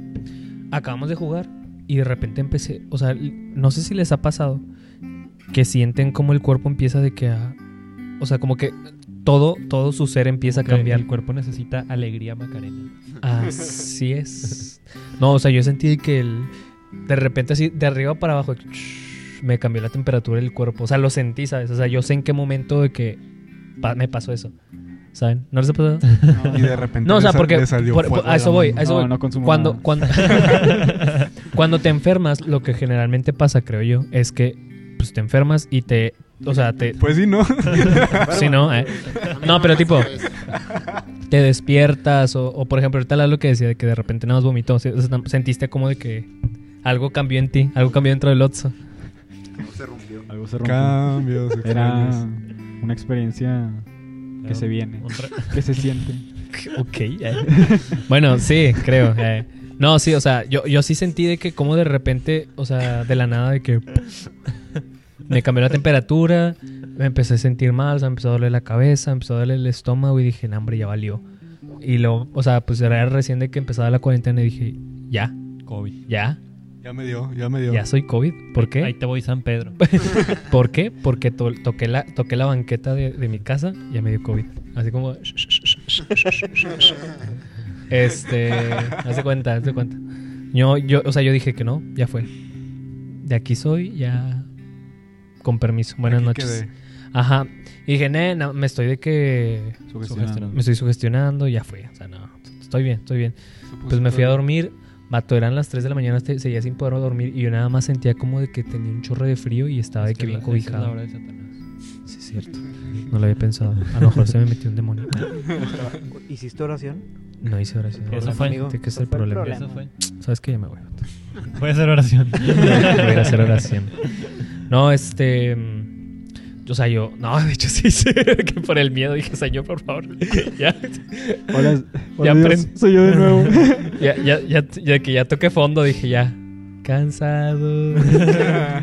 [SPEAKER 3] acabamos de jugar y de repente empecé, o sea, l- no sé si les ha pasado que sienten como el cuerpo empieza de que a, o sea, como que todo todo su ser empieza
[SPEAKER 4] Ok,
[SPEAKER 3] a cambiar.
[SPEAKER 4] El cuerpo necesita alegría macarena.
[SPEAKER 3] Así es. No, o sea, yo sentí que el, de repente así, de arriba para abajo, me cambió la temperatura del cuerpo. O sea, lo sentí, ¿sabes? O sea, yo sé en qué momento de que pa- me pasó eso. ¿Saben? ¿No les ha pasado?
[SPEAKER 2] Y de repente
[SPEAKER 3] No, o sea,
[SPEAKER 2] le sal-
[SPEAKER 3] porque-
[SPEAKER 2] le salió
[SPEAKER 3] por-
[SPEAKER 2] fuego
[SPEAKER 3] por- a
[SPEAKER 2] de la
[SPEAKER 3] eso voy,
[SPEAKER 2] mano.
[SPEAKER 3] a eso
[SPEAKER 5] No,
[SPEAKER 3] voy.
[SPEAKER 5] no consumo
[SPEAKER 3] Cuando,
[SPEAKER 5] nada.
[SPEAKER 3] cuando, cuando te enfermas, lo que generalmente pasa, creo yo, es que pues, te enfermas y te... O sea, te,
[SPEAKER 2] Pues sí, ¿no?
[SPEAKER 3] Sí, no, eh. No, pero tipo, te despiertas o, o, por ejemplo, ahorita Lalo que decía de que de repente nada más vomitó. o sea, sentiste como de que algo cambió en ti, algo cambió dentro del Otso.
[SPEAKER 5] Algo se rompió.
[SPEAKER 2] Cambios
[SPEAKER 5] Era
[SPEAKER 2] extraños.
[SPEAKER 5] una experiencia que se viene,
[SPEAKER 4] Un re-
[SPEAKER 5] que se siente.
[SPEAKER 3] Ok. eh. Bueno, sí, creo. eh. No, sí, o sea, yo, yo sí sentí de que como de repente, o sea, de la nada de que me cambió la temperatura, me empecé a sentir mal, o sea, me empezó a doler la cabeza, me empezó a doler el estómago y dije, no, hombre, ya valió. Y luego, o sea, pues era recién de que empezaba la cuarentena y dije, ya,
[SPEAKER 4] COVID.
[SPEAKER 3] ya,
[SPEAKER 2] Ya me dio, ya me dio.
[SPEAKER 3] ya soy COVID. ¿Por qué? Pues,
[SPEAKER 4] Ahí te voy, San Pedro.
[SPEAKER 3] ¿Por qué? Porque to- toqué, la, toqué la banqueta de, de mi casa y ya me dio COVID. Así como... Este... Hace cuenta, hace cuenta. Yo, yo, o sea, yo dije que no, ya fue. De aquí soy, ya... Con permiso. Buenas
[SPEAKER 2] Aquí
[SPEAKER 3] noches.
[SPEAKER 2] quedé.
[SPEAKER 3] Ajá. Y dije, "Nee, no, me estoy de que.
[SPEAKER 2] Sugestionando.
[SPEAKER 3] Me estoy sugestionando, ya fue. O sea, no, estoy bien, estoy bien. Pues me fui a dormir. Vato, eran las 3 de la mañana, te- seguía sin poder dormir. Y yo nada más sentía como de que tenía un chorro de frío y estaba de que bien
[SPEAKER 4] Es la
[SPEAKER 3] cobijado.
[SPEAKER 4] hora de Satanás.
[SPEAKER 3] Sí, es cierto. No lo había pensado. A lo mejor se me metió un demonio.
[SPEAKER 1] ¿Hiciste oración?
[SPEAKER 3] No hice oración.
[SPEAKER 4] Eso fue.
[SPEAKER 1] amigo.
[SPEAKER 3] Tiene que
[SPEAKER 1] Eso
[SPEAKER 3] ser
[SPEAKER 1] fue el
[SPEAKER 3] problema.
[SPEAKER 1] problema.
[SPEAKER 4] Eso fue.
[SPEAKER 3] ¿Sabes qué? Ya me voy.
[SPEAKER 4] Puede ser oración.
[SPEAKER 3] Voy a ir a hacer oración. No, este. mm, O sea, yo. No, de hecho sí hice. Que por el miedo dije, Señor, por favor. Ya,
[SPEAKER 5] Hola,
[SPEAKER 3] Ya
[SPEAKER 5] hola, Dios,
[SPEAKER 3] aprend-
[SPEAKER 5] soy yo de nuevo.
[SPEAKER 3] ya, ya, ya, ya que ya toqué fondo, dije, ya. Cansado.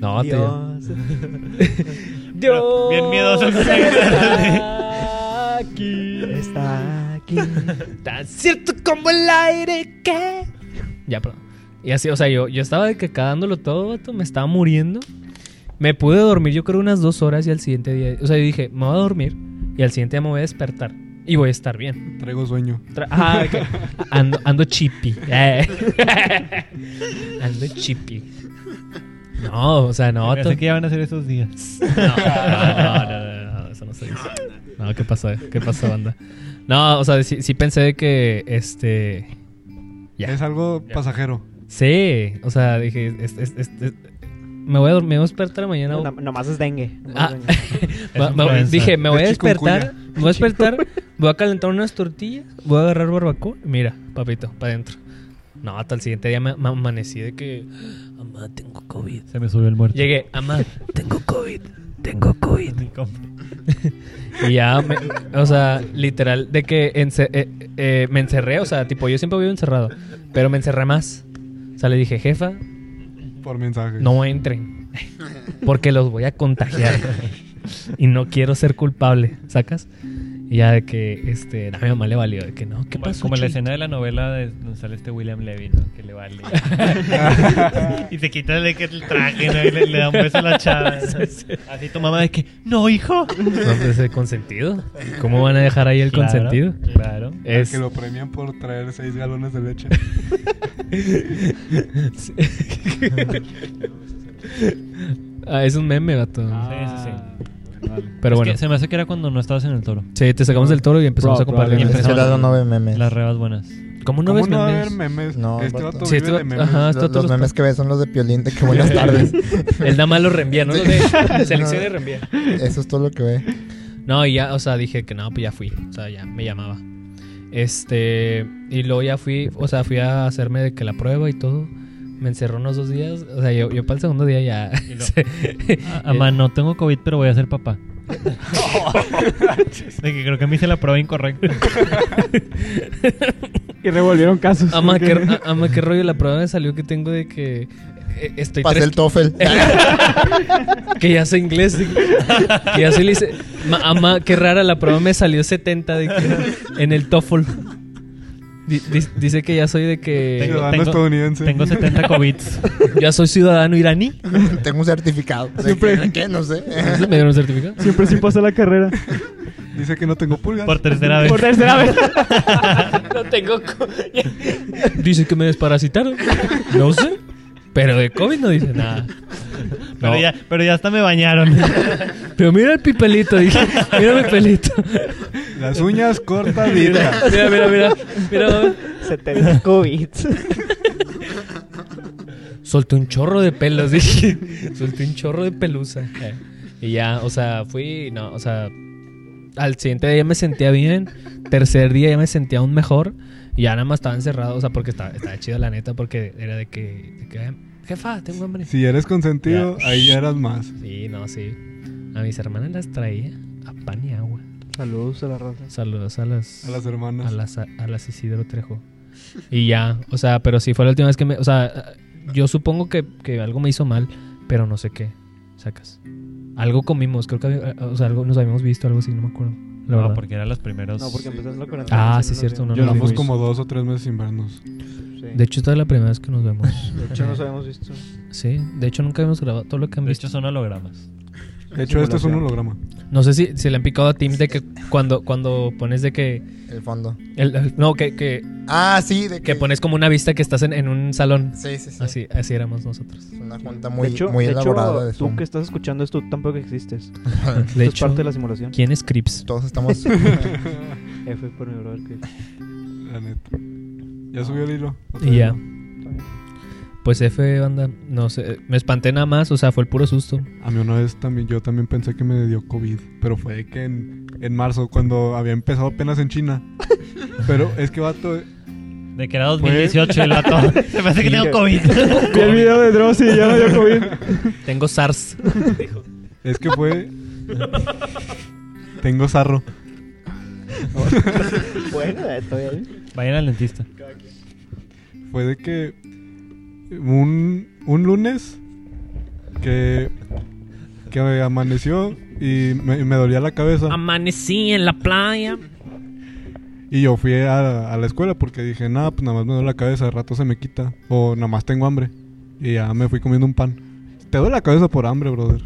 [SPEAKER 3] No, te.
[SPEAKER 1] Dios.
[SPEAKER 4] Pero bien miedoso.
[SPEAKER 3] está aquí.
[SPEAKER 1] Está aquí.
[SPEAKER 3] Tan cierto como el aire que. Ya, perdón. Y así, o sea, yo, yo estaba de que cagándolo todo, vato, me estaba muriendo. Me pude dormir, yo creo, unas dos horas y al siguiente día. O sea, yo dije, me voy a dormir y al siguiente día me voy a despertar y voy a estar bien.
[SPEAKER 2] Traigo sueño.
[SPEAKER 3] Tra- ah, ok. ando, ando chippy. Eh. ando chippy. No, o sea, no. to-
[SPEAKER 4] Pensé que ya van a ser esos días.
[SPEAKER 3] no, no, no, no, no, eso no se dice. No, ¿qué pasó? eh? ¿Qué pasó, banda? No, o sea, sí, sí pensé de que, este... Ya.
[SPEAKER 2] Es algo
[SPEAKER 3] Ya.
[SPEAKER 2] pasajero.
[SPEAKER 3] Sí, o sea, dije, es- es- es- es- me voy a dormir, me voy a despertar mañana.
[SPEAKER 1] No, nomás es dengue. nomás
[SPEAKER 3] Ah.
[SPEAKER 1] es dengue.
[SPEAKER 3] Va- va-
[SPEAKER 4] influenza.
[SPEAKER 3] dije, me voy a
[SPEAKER 2] Es
[SPEAKER 3] despertar, me voy a despertar, voy a calentar unas tortillas, voy a agarrar barbacoa. y Mira, papito, para adentro. No, hasta el siguiente día me, me amanecí de que, mamá, tengo COVID.
[SPEAKER 4] Se me subió el muerto.
[SPEAKER 3] Llegué, mamá, tengo COVID, tengo COVID. Y ya, me- o sea, literal, de que ence- eh, eh, me encerré, o sea, tipo, yo siempre vivo encerrado, pero me encerré más. O sea, le dije, jefa,
[SPEAKER 2] Por mensaje.
[SPEAKER 3] no entren, porque los voy a contagiar y no quiero ser culpable, ¿sacas? Y ya de que, este, a mi mamá le valió, de que no, ¿qué
[SPEAKER 4] Como-
[SPEAKER 3] pasó?
[SPEAKER 4] Como la
[SPEAKER 3] Chuy?
[SPEAKER 4] escena de la novela de donde sale este William Levy, ¿no? Que le vale. y se quita el, el traje, ¿no? Y le, le da un beso a la chava. Así tu mamá de que, no, hijo.
[SPEAKER 3] Entonces, el pues, consentido. ¿Cómo van a dejar ahí el
[SPEAKER 4] Claro, Ah,
[SPEAKER 3] consentido?
[SPEAKER 4] Claro.
[SPEAKER 2] Al
[SPEAKER 3] Es...
[SPEAKER 2] Que lo premian por traer seis galones de leche.
[SPEAKER 3] Sí. ah, es un meme, vato.
[SPEAKER 4] Sí,
[SPEAKER 5] Ah, Vale.
[SPEAKER 3] Pero
[SPEAKER 4] Ah. Es
[SPEAKER 3] bueno,
[SPEAKER 4] que se me hace que era cuando no estabas en el toro.
[SPEAKER 3] sí, te sacamos del toro y empezamos
[SPEAKER 5] Pro-
[SPEAKER 3] a compartir.
[SPEAKER 5] probablemente.
[SPEAKER 6] Es que
[SPEAKER 4] Empezaban
[SPEAKER 6] dado no ve memes.
[SPEAKER 4] Las rebas buenas.
[SPEAKER 3] ¿Cómo no
[SPEAKER 2] ¿Cómo
[SPEAKER 3] ves
[SPEAKER 2] no va a
[SPEAKER 3] memes?
[SPEAKER 2] haber memes?
[SPEAKER 6] No,
[SPEAKER 2] este
[SPEAKER 6] vato.
[SPEAKER 2] vato
[SPEAKER 3] Sí,
[SPEAKER 2] vive
[SPEAKER 3] este
[SPEAKER 2] de
[SPEAKER 3] vato-
[SPEAKER 2] memes.
[SPEAKER 3] ajá. Ah,
[SPEAKER 6] Lo-
[SPEAKER 3] esto
[SPEAKER 6] los,
[SPEAKER 3] te los
[SPEAKER 6] memes
[SPEAKER 3] pa-
[SPEAKER 6] que ves son los de Piolín de que buenas tardes.
[SPEAKER 3] Él nada más lo reenvía, ¿no? Lo de- selecciona y reenvía.
[SPEAKER 6] Eso es todo lo que ve.
[SPEAKER 3] No, y ya, o sea, dije que no, pues ya fui. O sea, ya me llamaba. Este, y luego ya fui, o sea, fui a hacerme de que la prueba y todo. Me encerró unos dos días. O sea, yo, yo para el segundo día ya.
[SPEAKER 4] luego-
[SPEAKER 3] se-
[SPEAKER 4] Ah, Amá, no tengo COVID, pero voy a ser papá. de que creo que me hice la prueba incorrecta.
[SPEAKER 5] Y revolvieron casos.
[SPEAKER 3] Ama,
[SPEAKER 5] porque-
[SPEAKER 3] qué, a- ama, qué rollo. La prueba me salió que tengo de que eh, estoy
[SPEAKER 6] Pasé
[SPEAKER 3] tres,
[SPEAKER 6] el TOEFL.
[SPEAKER 3] que ya sé inglés. de- que ya sé lice- Ma- ama, qué rara, la prueba me salió 70 de que- en el TOEFL. Di- di- dice que ya soy de que...
[SPEAKER 2] Ciudadano
[SPEAKER 4] tengo-
[SPEAKER 2] estadounidense.
[SPEAKER 4] Tengo 70 COVIDs.
[SPEAKER 3] Ya soy ciudadano iraní.
[SPEAKER 6] Tengo un certificado. ¿De
[SPEAKER 5] Siempre-
[SPEAKER 6] qué? ¿De qué? No sé.
[SPEAKER 3] ¿Me dieron un certificado?
[SPEAKER 5] Siempre sí pasó la carrera.
[SPEAKER 2] Dice que no tengo pulgas.
[SPEAKER 4] Por tercera vez.
[SPEAKER 5] Por tercera vez.
[SPEAKER 3] No tengo. dice que me desparasitaron. No sé. Pero de COVID no dice nada.
[SPEAKER 4] Pero,
[SPEAKER 3] No.
[SPEAKER 4] ya, pero ya hasta me bañaron.
[SPEAKER 3] Pero mira el pipelito, dije. Mira mi pelito.
[SPEAKER 2] Las uñas cortas, vida.
[SPEAKER 3] Mira, mira, mira. Mira,
[SPEAKER 1] Se te dio COVID.
[SPEAKER 3] Solté un chorro de pelos, dije. Solté un chorro de pelusa. Y ya, o sea, fui. No, o sea. Al siguiente día ya me sentía bien. Tercer día ya me sentía aún mejor. Y ya nada más estaba encerrado. O sea, porque estaba, estaba chido, la neta. Porque era de que. de que, Jefa, tengo hambre.
[SPEAKER 2] Si eres consentido,
[SPEAKER 3] Ya.
[SPEAKER 2] ahí ya eras más.
[SPEAKER 3] Sí, no, sí. A mis hermanas las traía a pan y agua.
[SPEAKER 1] Saludos a la raza.
[SPEAKER 3] Saludos a las.
[SPEAKER 2] A las hermanas.
[SPEAKER 3] a las, a las Isidro Trejo. Y ya, o sea, pero sí fue la última vez que me. O sea, yo supongo que, que algo me hizo mal, pero no sé qué. Sacas. Algo comimos, creo que había- o sea, algo, nos habíamos visto, algo así, no me acuerdo. La
[SPEAKER 4] No,
[SPEAKER 3] verdad.
[SPEAKER 4] porque eran los primeros.
[SPEAKER 1] No, porque empezaste la cuarentena.
[SPEAKER 3] Ah,
[SPEAKER 1] no
[SPEAKER 3] sí,
[SPEAKER 1] nos
[SPEAKER 3] cierto,
[SPEAKER 1] vimos.
[SPEAKER 3] no, no,
[SPEAKER 2] Llevamos
[SPEAKER 3] no.
[SPEAKER 2] como dos o tres meses sin vernos.
[SPEAKER 1] Sí.
[SPEAKER 3] De hecho, esta es la primera vez que nos vemos.
[SPEAKER 1] De hecho, nos habíamos visto.
[SPEAKER 3] sí, de hecho, nunca habíamos grabado todo lo que han
[SPEAKER 4] De
[SPEAKER 3] visto.
[SPEAKER 4] hecho, son hologramas.
[SPEAKER 2] De hecho, esto este es un holograma.
[SPEAKER 3] No sé si, si le han picado a Tim de que cuando, cuando pones de que.
[SPEAKER 6] El fondo.
[SPEAKER 3] el- el- no, que, que,
[SPEAKER 6] Ah, sí, de que.
[SPEAKER 3] que pones Ah, como una vista que estás en, en un salón.
[SPEAKER 6] Sí, sí, sí.
[SPEAKER 3] Así, así éramos nosotros.
[SPEAKER 6] Es una junta muy,
[SPEAKER 1] de hecho,
[SPEAKER 6] muy
[SPEAKER 1] de hecho,
[SPEAKER 6] elaborada de
[SPEAKER 1] tú
[SPEAKER 6] Zoom.
[SPEAKER 1] que estás escuchando esto tampoco existes.
[SPEAKER 3] De
[SPEAKER 1] esto es
[SPEAKER 3] hecho,
[SPEAKER 1] parte de la simulación.
[SPEAKER 3] ¿quién es Crips?
[SPEAKER 6] Todos estamos.
[SPEAKER 1] F por mi brother Chris.
[SPEAKER 2] La neta. Ya subió el hilo. ¿O
[SPEAKER 3] Y ya.
[SPEAKER 2] todavía no?
[SPEAKER 3] Pues F, banda. No sé. Me espanté nada más. O sea, fue el puro susto.
[SPEAKER 2] A mí una vez también, yo también pensé que me dio COVID, pero fue de que en, en marzo, cuando había empezado apenas en China. Pero es que vato,
[SPEAKER 4] De que era
[SPEAKER 6] Pues.
[SPEAKER 4] 2018 el vato. Se me hace que tengo COVID.
[SPEAKER 5] Vi el video de Dross y ya me dio COVID.
[SPEAKER 3] Tengo SARS. Dijo.
[SPEAKER 2] es que fue. Tengo sarro.
[SPEAKER 1] bueno, eh, todavía bien.
[SPEAKER 4] Vayan al dentista.
[SPEAKER 2] Fue de que un, un lunes que, que me amaneció y me, me dolía la cabeza.
[SPEAKER 3] Amanecí en la playa.
[SPEAKER 2] Y yo fui a, a la escuela porque dije, nada, pues nada más me duele la cabeza, de rato se me quita. O nada más tengo hambre. Y ya me fui comiendo un pan. Te duele la cabeza por hambre, brother.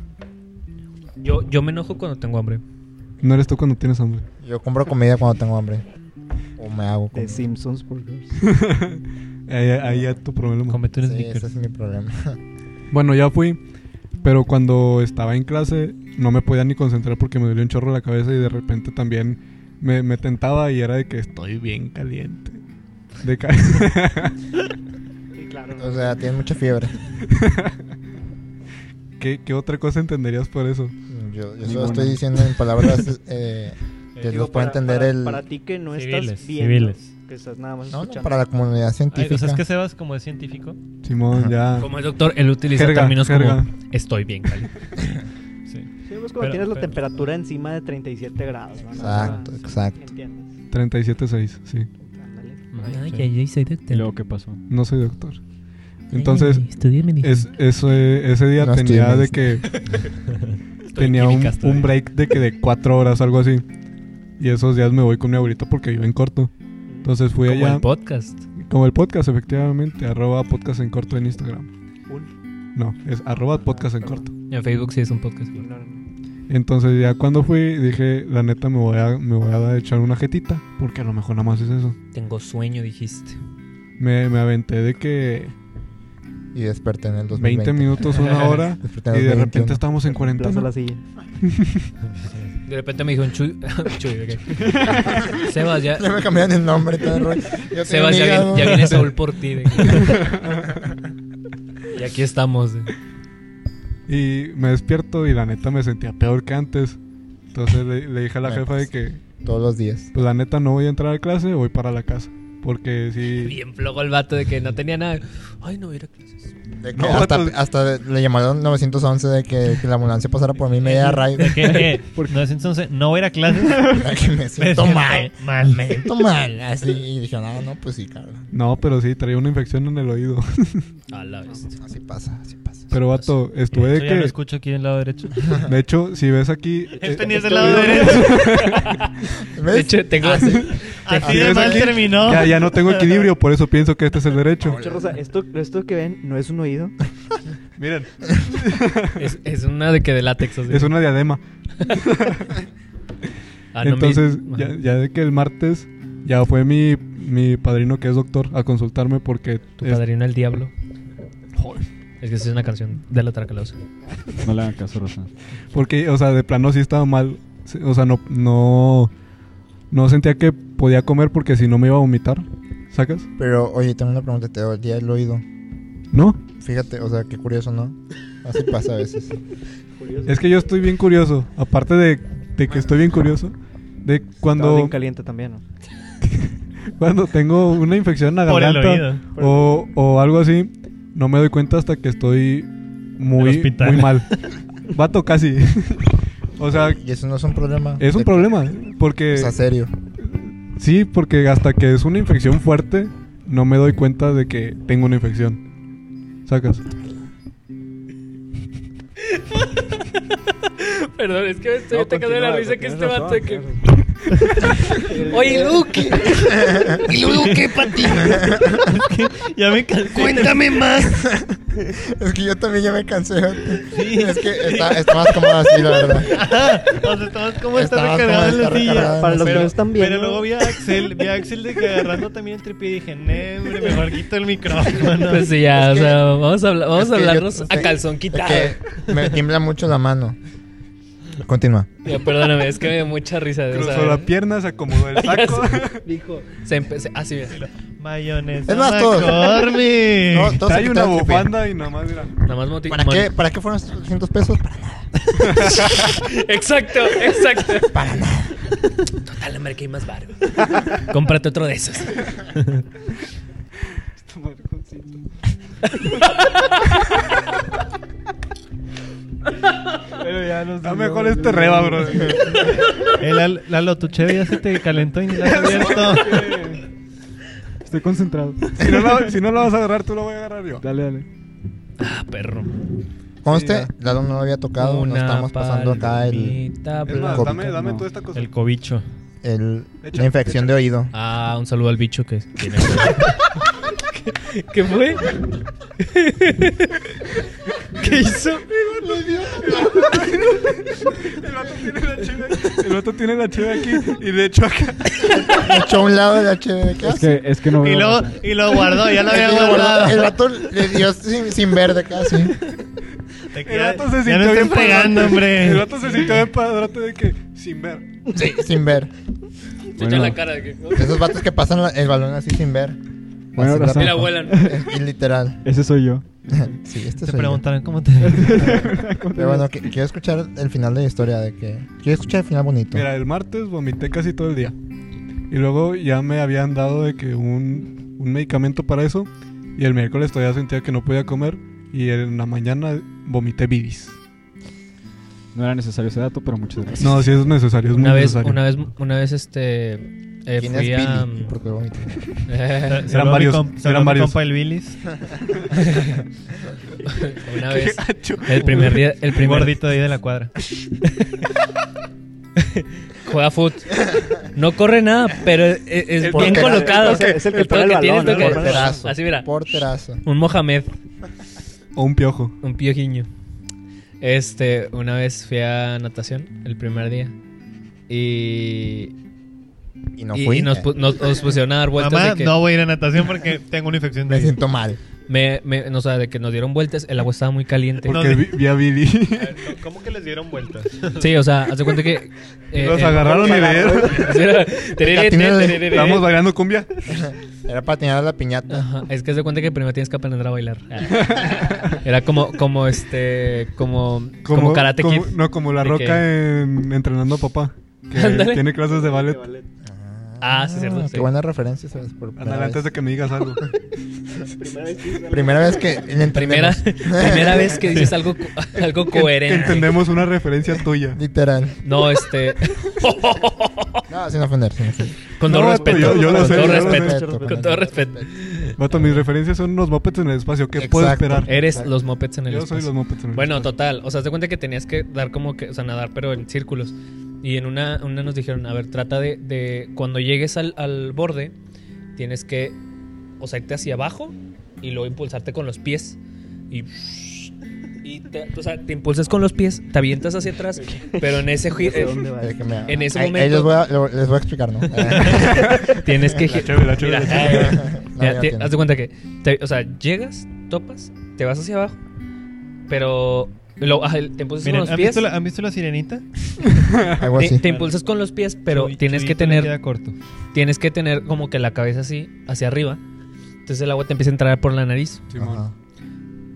[SPEAKER 3] Yo, yo me enojo cuando tengo hambre.
[SPEAKER 2] No eres tú cuando tienes hambre.
[SPEAKER 6] Yo compro comida cuando tengo hambre. O me hago
[SPEAKER 1] De
[SPEAKER 6] comida. Sí,
[SPEAKER 1] Simpsons Burgers.
[SPEAKER 2] Ahí, ahí ya tu problema.
[SPEAKER 4] Comete un
[SPEAKER 6] ese
[SPEAKER 4] sneaker.
[SPEAKER 6] es mi problema.
[SPEAKER 2] Bueno, ya fui. Pero cuando estaba en clase no me podía ni concentrar porque me dolía un chorro la cabeza y de repente también me, me tentaba y era de que estoy bien caliente. De ca-
[SPEAKER 6] O sea, tienes mucha fiebre.
[SPEAKER 2] ¿Qué, ¿Qué otra cosa entenderías por eso?
[SPEAKER 6] Yo, yo solo
[SPEAKER 2] Ninguna.
[SPEAKER 6] estoy diciendo en palabras eh, que
[SPEAKER 1] Digo,
[SPEAKER 6] los pueda
[SPEAKER 1] para-
[SPEAKER 6] entender
[SPEAKER 1] para-
[SPEAKER 6] el.
[SPEAKER 1] Para ti que no
[SPEAKER 4] Civiles,
[SPEAKER 1] estás viendo,
[SPEAKER 4] civiles.
[SPEAKER 1] que estás nada más
[SPEAKER 6] no, no,
[SPEAKER 1] escuchando.
[SPEAKER 6] para la comunidad
[SPEAKER 4] Ay,
[SPEAKER 6] científica.
[SPEAKER 4] o sea, pues es que Sebas, como es científico,
[SPEAKER 2] Simón, ya.
[SPEAKER 3] Como el doctor, él utiliza
[SPEAKER 2] Jerga,
[SPEAKER 3] términos
[SPEAKER 2] jerga.
[SPEAKER 3] como estoy bien, Cali.
[SPEAKER 1] Sí, pues cuando
[SPEAKER 4] Pero-
[SPEAKER 1] tienes la
[SPEAKER 4] pero-
[SPEAKER 1] temperatura encima de 37 grados. ¿no?
[SPEAKER 6] Exacto,
[SPEAKER 1] Nada más.
[SPEAKER 6] exacto.
[SPEAKER 1] ¿Entiendes?
[SPEAKER 2] 37.6, sí.
[SPEAKER 1] Ándale.
[SPEAKER 4] Ay,
[SPEAKER 3] ay, ay, soy
[SPEAKER 5] ¿Y
[SPEAKER 3] doctor.
[SPEAKER 5] luego qué pasó?
[SPEAKER 2] No soy doctor. Entonces,
[SPEAKER 3] estudié
[SPEAKER 2] Es, eso, eh, ese día
[SPEAKER 6] No estoy
[SPEAKER 2] tenía
[SPEAKER 6] en
[SPEAKER 2] de
[SPEAKER 6] esto.
[SPEAKER 2] que tenía un, un break de que de cuatro horas algo así. Y esos días me voy con mi abuelito porque vivo en corto. Entonces fui
[SPEAKER 3] Como
[SPEAKER 2] allá.
[SPEAKER 3] el podcast.
[SPEAKER 2] como el podcast, efectivamente. Arroba podcast en corto en Instagram.
[SPEAKER 1] Un-
[SPEAKER 2] No, es arroba podcast en corto.
[SPEAKER 3] En Facebook sí es un podcast.
[SPEAKER 1] ignorante.
[SPEAKER 2] Entonces ya cuando fui dije, la neta me voy a, me voy a echar una jetita. Porque a lo mejor nada más es eso.
[SPEAKER 3] Tengo sueño, dijiste.
[SPEAKER 2] Me, me aventé de que
[SPEAKER 6] Y desperté en el 2020.
[SPEAKER 2] 20 minutos, una hora.
[SPEAKER 6] Desperté en
[SPEAKER 2] y
[SPEAKER 6] el
[SPEAKER 2] de repente
[SPEAKER 6] 21.
[SPEAKER 2] estamos en
[SPEAKER 1] Plaza
[SPEAKER 2] cuarentena.
[SPEAKER 1] la silla.
[SPEAKER 3] De repente me dijo un Chuy. Chuy, ok. Sebas, ya,
[SPEAKER 6] Ya me cambiaron el nombre, todo el rollo. Yo tenía un
[SPEAKER 3] Sebas, ya,
[SPEAKER 6] hígado.
[SPEAKER 3] viene, ya viene Saúl por ti. de que- y aquí estamos. de-
[SPEAKER 2] Y me despierto y la neta me sentía peor que antes. Entonces le, le dije a la
[SPEAKER 6] Me
[SPEAKER 2] jefa de
[SPEAKER 6] pasa.
[SPEAKER 2] que,
[SPEAKER 6] Todos los días.
[SPEAKER 2] pues la neta no voy a entrar a clase, voy para la casa. Porque si...
[SPEAKER 3] Bien flojo el vato de que no tenía nada. Ay, no hubiera clases.
[SPEAKER 6] De que
[SPEAKER 2] No,
[SPEAKER 6] hasta,
[SPEAKER 2] entonces-
[SPEAKER 6] hasta le llamaron 911 de que, que la ambulancia pasara por mí media raíz.
[SPEAKER 4] ¿De qué? Eh, 911, no voy a ir a clases.
[SPEAKER 6] que me
[SPEAKER 4] Me
[SPEAKER 6] siento mal.
[SPEAKER 4] mal.
[SPEAKER 6] Me siento mal. Así. Y dije, no, no, pues sí, claro.
[SPEAKER 2] No, pero sí, traía una infección en el oído.
[SPEAKER 3] A la bestia.
[SPEAKER 6] Así pasa, así pasa.
[SPEAKER 2] Pero vato, estuve
[SPEAKER 4] Eso
[SPEAKER 2] de
[SPEAKER 4] ya lo
[SPEAKER 2] que...
[SPEAKER 4] escucho aquí del lado derecho.
[SPEAKER 2] De hecho, si ves aquí... eh,
[SPEAKER 4] Él
[SPEAKER 3] Este
[SPEAKER 4] tenía Este del lado derecho.
[SPEAKER 6] ¿Ves? Ah,
[SPEAKER 3] De hecho, tengo.
[SPEAKER 4] Así
[SPEAKER 2] si
[SPEAKER 4] de
[SPEAKER 2] ves
[SPEAKER 4] mal
[SPEAKER 2] aquí,
[SPEAKER 4] terminó.
[SPEAKER 2] Ya, ya no tengo equilibrio, por eso pienso que este es el derecho.
[SPEAKER 1] Ocho, Rosa, esto, esto que ven no es un oído.
[SPEAKER 2] Miren,
[SPEAKER 3] Es, es una de que de látex. así.
[SPEAKER 2] es una diadema.
[SPEAKER 3] Ah, no, mi-
[SPEAKER 2] Entonces,
[SPEAKER 3] Ajá.
[SPEAKER 2] ya, ya de que el martes ya fue mi, mi padrino que es doctor a consultarme porque...
[SPEAKER 3] Tu
[SPEAKER 2] es-
[SPEAKER 3] padrino el diablo. Es que esa es una canción de la Tracalosa.
[SPEAKER 5] No le hagan caso, Rosa.
[SPEAKER 2] Porque, o sea, de plano sí estaba mal. Sí, O sea, no, no, no sentía que podía comer porque si no me iba a vomitar. ¿Sacas?
[SPEAKER 6] Pero, oye, tengo una pregunta. Te dolía el oído.
[SPEAKER 2] No.
[SPEAKER 6] Fíjate, o sea, qué curioso, ¿no? Así pasa a veces.
[SPEAKER 1] Curioso.
[SPEAKER 2] Es que yo estoy bien curioso. Aparte de, de que estoy bien curioso. De
[SPEAKER 1] Estaba bien
[SPEAKER 2] cuando,
[SPEAKER 1] caliente también, ¿no?
[SPEAKER 2] cuando tengo una infección en la
[SPEAKER 4] Por el
[SPEAKER 2] garganta o, o algo así, no me doy cuenta hasta que estoy
[SPEAKER 4] El
[SPEAKER 2] muy,
[SPEAKER 4] hospital.
[SPEAKER 2] muy mal. Vato casi. o sea,
[SPEAKER 6] Y eso no es un problema.
[SPEAKER 2] es un
[SPEAKER 6] De-
[SPEAKER 2] problema. Porque...
[SPEAKER 6] O sea, serio.
[SPEAKER 2] Sí, porque hasta que es una infección fuerte, no me doy cuenta de que tengo una infección. ¿Sacas?
[SPEAKER 3] Perdón, es que me estoy
[SPEAKER 5] No,
[SPEAKER 3] atacando
[SPEAKER 5] continúa,
[SPEAKER 3] la risa que
[SPEAKER 5] tienes
[SPEAKER 3] este
[SPEAKER 5] razón,
[SPEAKER 3] vato de que.
[SPEAKER 5] tienes razón.
[SPEAKER 7] Oye, Luke. ¿Y luego qué, Pati?
[SPEAKER 4] Ya me cansé.
[SPEAKER 7] Cuéntame más.
[SPEAKER 6] Es que yo también ya me cansé.
[SPEAKER 4] Sí.
[SPEAKER 6] Es que está, está más cómodo así, la verdad.
[SPEAKER 4] Ah, o sea, estabas como está
[SPEAKER 6] Estabas como
[SPEAKER 4] recargado en la
[SPEAKER 6] está
[SPEAKER 4] silla.
[SPEAKER 6] recargado.
[SPEAKER 1] Para los que
[SPEAKER 4] Pero,
[SPEAKER 1] no están viendo.
[SPEAKER 4] pero luego vi a Axel, vi a Axel de que agarrando también el tripié y dije, "Nee, hombre, mejor quito el micrófono.
[SPEAKER 3] Pues sí, ya,
[SPEAKER 6] Es
[SPEAKER 3] o
[SPEAKER 6] que-
[SPEAKER 3] sea, vamos a, hablar- vamos
[SPEAKER 6] Es
[SPEAKER 3] a
[SPEAKER 6] que yo-
[SPEAKER 3] hablarnos
[SPEAKER 6] es
[SPEAKER 3] a
[SPEAKER 6] que-
[SPEAKER 3] calzón
[SPEAKER 6] es
[SPEAKER 3] quitado.
[SPEAKER 6] que me tiembla mucho la mano. Continúa.
[SPEAKER 3] Ya, perdóname, es que me dio mucha risa. o sea,
[SPEAKER 2] Cruzó
[SPEAKER 4] ¿eh?
[SPEAKER 2] la pierna, se acomodó el saco.
[SPEAKER 1] Dijo,
[SPEAKER 3] se empe- se- ah, sí, mira.
[SPEAKER 4] Mayonesa.
[SPEAKER 6] Es más, todos.
[SPEAKER 4] McCormick.
[SPEAKER 6] No, todos se
[SPEAKER 2] Trae una
[SPEAKER 6] quitaron el tripié.
[SPEAKER 2] bufanda y nada más, mira.
[SPEAKER 3] Nada más moti-
[SPEAKER 6] ¿Para
[SPEAKER 3] mon-
[SPEAKER 6] qué, ¿Para qué fueron estos 300 pesos? Para nada.
[SPEAKER 3] Exacto, exacto. Para nada. Total, hombre, que hay más barba. Cómprate otro de esos.
[SPEAKER 5] Pero ya nos
[SPEAKER 2] Está
[SPEAKER 5] dio-
[SPEAKER 2] mejor este reba, bro.
[SPEAKER 4] Eh, Lalo, Lalo, tu cheve ya se te calentó y ni la has abierto.
[SPEAKER 5] Estoy concentrado.
[SPEAKER 2] Si no, la, si no la vas a agarrar, tú la voy a agarrar yo.
[SPEAKER 5] Dale, dale.
[SPEAKER 3] Ah, perro.
[SPEAKER 6] Conste, Lalo no lo había tocado. no estamos pasando acá el,
[SPEAKER 3] palomita
[SPEAKER 2] Es más,
[SPEAKER 3] blanca.
[SPEAKER 2] dame, dame
[SPEAKER 5] No.
[SPEAKER 2] toda esta cosa.
[SPEAKER 4] El cobicho.
[SPEAKER 6] el-
[SPEAKER 2] Échale,
[SPEAKER 6] la infección de oído.
[SPEAKER 3] Ah, un saludo al bicho que tiene. ¿Qué, qué fue? ¿Qué hizo?
[SPEAKER 2] El vato tiene la cheve. El vato tiene la cheve aquí. Y de hecho acá.
[SPEAKER 6] Echó a un lado el HD. ¿Qué
[SPEAKER 5] Es
[SPEAKER 6] hace?
[SPEAKER 5] que, es que no
[SPEAKER 4] Y
[SPEAKER 5] veo.
[SPEAKER 4] lo,
[SPEAKER 5] raza.
[SPEAKER 4] y lo guardó, ya lo había
[SPEAKER 6] Y lo guardó. El
[SPEAKER 4] guardado.
[SPEAKER 6] vato le dio sin, sin verde casi.
[SPEAKER 4] Te
[SPEAKER 2] El
[SPEAKER 4] queda-
[SPEAKER 2] vato se
[SPEAKER 4] ya
[SPEAKER 2] sintió
[SPEAKER 4] no
[SPEAKER 2] bien
[SPEAKER 4] estén pegando,
[SPEAKER 2] padrote. El
[SPEAKER 4] hombre.
[SPEAKER 2] vato se sintió bien padrote de que sin ver.
[SPEAKER 6] Sí, sin ver.
[SPEAKER 3] Se
[SPEAKER 5] Bueno.
[SPEAKER 3] echa la cara de que.
[SPEAKER 6] Esos vatos que pasan la- el balón así sin ver.
[SPEAKER 5] Bueno,
[SPEAKER 6] Así
[SPEAKER 5] raza.
[SPEAKER 3] Y la
[SPEAKER 6] rápido.
[SPEAKER 3] vuelan.
[SPEAKER 6] Y literal.
[SPEAKER 5] Ese soy yo.
[SPEAKER 6] Sí, este
[SPEAKER 4] Te
[SPEAKER 6] soy yo.
[SPEAKER 4] preguntaron cómo te.
[SPEAKER 6] Pero bueno, que- quiero escuchar el final de la historia de que. Quiero escuchar el final bonito.
[SPEAKER 2] Mira, el martes vomité casi todo el día. Y luego ya me habían dado de que un, un medicamento para eso. Y el miércoles todavía sentía que no podía comer. Y en la mañana vomité bidis.
[SPEAKER 5] No era necesario ese dato, pero muchas gracias.
[SPEAKER 2] No, si es necesario, es
[SPEAKER 3] Una
[SPEAKER 2] muy
[SPEAKER 3] vez,
[SPEAKER 2] necesario.
[SPEAKER 3] una vez, una vez, este. eh,
[SPEAKER 6] ¿Quién es
[SPEAKER 3] fui a.
[SPEAKER 6] Billy? ¿Y por qué vomita?
[SPEAKER 3] Eh,
[SPEAKER 4] Saludó mi
[SPEAKER 2] varios,
[SPEAKER 4] comp-
[SPEAKER 2] eran
[SPEAKER 4] saludó mi
[SPEAKER 2] varios.
[SPEAKER 4] compa el Billis.
[SPEAKER 3] una vez. El primer día. El
[SPEAKER 4] Un
[SPEAKER 3] primer día.
[SPEAKER 4] gordito de ahí de la cuadra.
[SPEAKER 3] Juega foot. No corre nada, pero es, es bien
[SPEAKER 2] El
[SPEAKER 6] porterazo.
[SPEAKER 3] colocado.
[SPEAKER 1] Es el que- es el que
[SPEAKER 3] El
[SPEAKER 1] pone el
[SPEAKER 3] toque tiene
[SPEAKER 1] balón,
[SPEAKER 3] toque.
[SPEAKER 1] el
[SPEAKER 6] porterazo.
[SPEAKER 3] Así mira.
[SPEAKER 6] Porterazo.
[SPEAKER 3] Un Mohamed.
[SPEAKER 2] O un piojo.
[SPEAKER 3] Un piojiño. Este, una vez fui a natación el primer día. Y.
[SPEAKER 6] Y no
[SPEAKER 3] y-
[SPEAKER 6] fui.
[SPEAKER 3] y nos, pu- nos- nos pusieron a dar vueltas.
[SPEAKER 4] Mamá,
[SPEAKER 3] de que
[SPEAKER 4] no voy a ir a natación porque tengo una infección de
[SPEAKER 6] Me
[SPEAKER 4] ahí.
[SPEAKER 6] siento mal.
[SPEAKER 3] me- me- no, o sea, de que nos dieron vueltas. El agua estaba muy caliente.
[SPEAKER 4] No,
[SPEAKER 2] Porque
[SPEAKER 4] de-
[SPEAKER 2] vi, vi a Billy.
[SPEAKER 3] Eh,
[SPEAKER 4] ¿Cómo que les dieron vueltas?
[SPEAKER 3] Sí, o sea, hace cuenta que. eh,
[SPEAKER 2] Los
[SPEAKER 3] eh,
[SPEAKER 2] agarraron y vieron.
[SPEAKER 3] Tereré,
[SPEAKER 6] Catinela.
[SPEAKER 3] tereré,
[SPEAKER 2] Estábamos bailando cumbia.
[SPEAKER 6] Era para tirar la piñata.
[SPEAKER 3] Ajá, es que se cuenta que primero tienes que aprender a bailar. Era como, como este, como, como, karate
[SPEAKER 2] como-
[SPEAKER 3] kid.
[SPEAKER 2] No, como la
[SPEAKER 3] De
[SPEAKER 2] roca en entrenando a papá. Que
[SPEAKER 3] Ándale.
[SPEAKER 2] tiene clases de ballet.
[SPEAKER 3] Ah, sí, cierto,
[SPEAKER 6] Qué
[SPEAKER 3] sí.
[SPEAKER 6] buena referencia, ¿sabes? Por primera
[SPEAKER 2] Ándale, antes de
[SPEAKER 6] vez.
[SPEAKER 2] que me digas algo.
[SPEAKER 6] Primera vez que le
[SPEAKER 3] Primera,
[SPEAKER 6] entendemos.
[SPEAKER 3] primera vez que dices algo, co- algo
[SPEAKER 2] Que- que
[SPEAKER 3] coherente.
[SPEAKER 2] entendemos una referencia tuya.
[SPEAKER 6] Literal.
[SPEAKER 3] No, este,
[SPEAKER 6] No, sin ofender. Sin ofender.
[SPEAKER 3] con
[SPEAKER 2] No,
[SPEAKER 3] todo
[SPEAKER 2] vato,
[SPEAKER 3] respeto.
[SPEAKER 2] yo- yo lo
[SPEAKER 3] con
[SPEAKER 2] sé,
[SPEAKER 3] todo
[SPEAKER 2] yo lo
[SPEAKER 3] respeto.
[SPEAKER 6] sé.
[SPEAKER 3] Con todo respeto.
[SPEAKER 2] Vato, mis referencias son los mopeds en el espacio. ¿Qué puedo
[SPEAKER 6] Exacto.
[SPEAKER 2] esperar?
[SPEAKER 3] Eres los mopeds en el
[SPEAKER 2] Yo
[SPEAKER 3] espacio.
[SPEAKER 2] soy los mopeds en el
[SPEAKER 3] Bueno,
[SPEAKER 2] espacio.
[SPEAKER 3] total. O sea, te cuenta que tenías que dar como que, o sea, nadar, pero en círculos. Y en una, una nos dijeron, a ver, trata de, de- cuando llegues al, al borde, tienes que, o sea, irte hacia abajo y luego impulsarte con los pies. Y, y te, o sea, te impulsas con los pies, te avientas hacia atrás, pero en ese giro
[SPEAKER 1] ¿dónde va?
[SPEAKER 6] Eh, que me-
[SPEAKER 3] En ese
[SPEAKER 6] ahí- ahí
[SPEAKER 3] momento-
[SPEAKER 6] les, voy a, lo- les voy a explicar, ¿no?
[SPEAKER 3] tienes que
[SPEAKER 2] La
[SPEAKER 3] girar.
[SPEAKER 2] chévere, la chévere, la chévere.
[SPEAKER 3] Mira, te- haz de cuenta que, te- o sea, llegas, topas, te vas hacia abajo, pero lo, ajá, te impulsas con
[SPEAKER 4] Miren,
[SPEAKER 3] los
[SPEAKER 4] ¿han,
[SPEAKER 3] pies.
[SPEAKER 4] visto la, han visto la sirenita?
[SPEAKER 6] Algo
[SPEAKER 3] Te,
[SPEAKER 6] así.
[SPEAKER 3] te impulsas con los pies, pero
[SPEAKER 4] Chuy-
[SPEAKER 3] tienes que
[SPEAKER 4] Chuyito le
[SPEAKER 3] tener
[SPEAKER 4] queda corto.
[SPEAKER 3] tienes que tener como que la cabeza así hacia arriba. Entonces el agua te empieza a entrar por la nariz
[SPEAKER 2] Simón.
[SPEAKER 6] Ajá.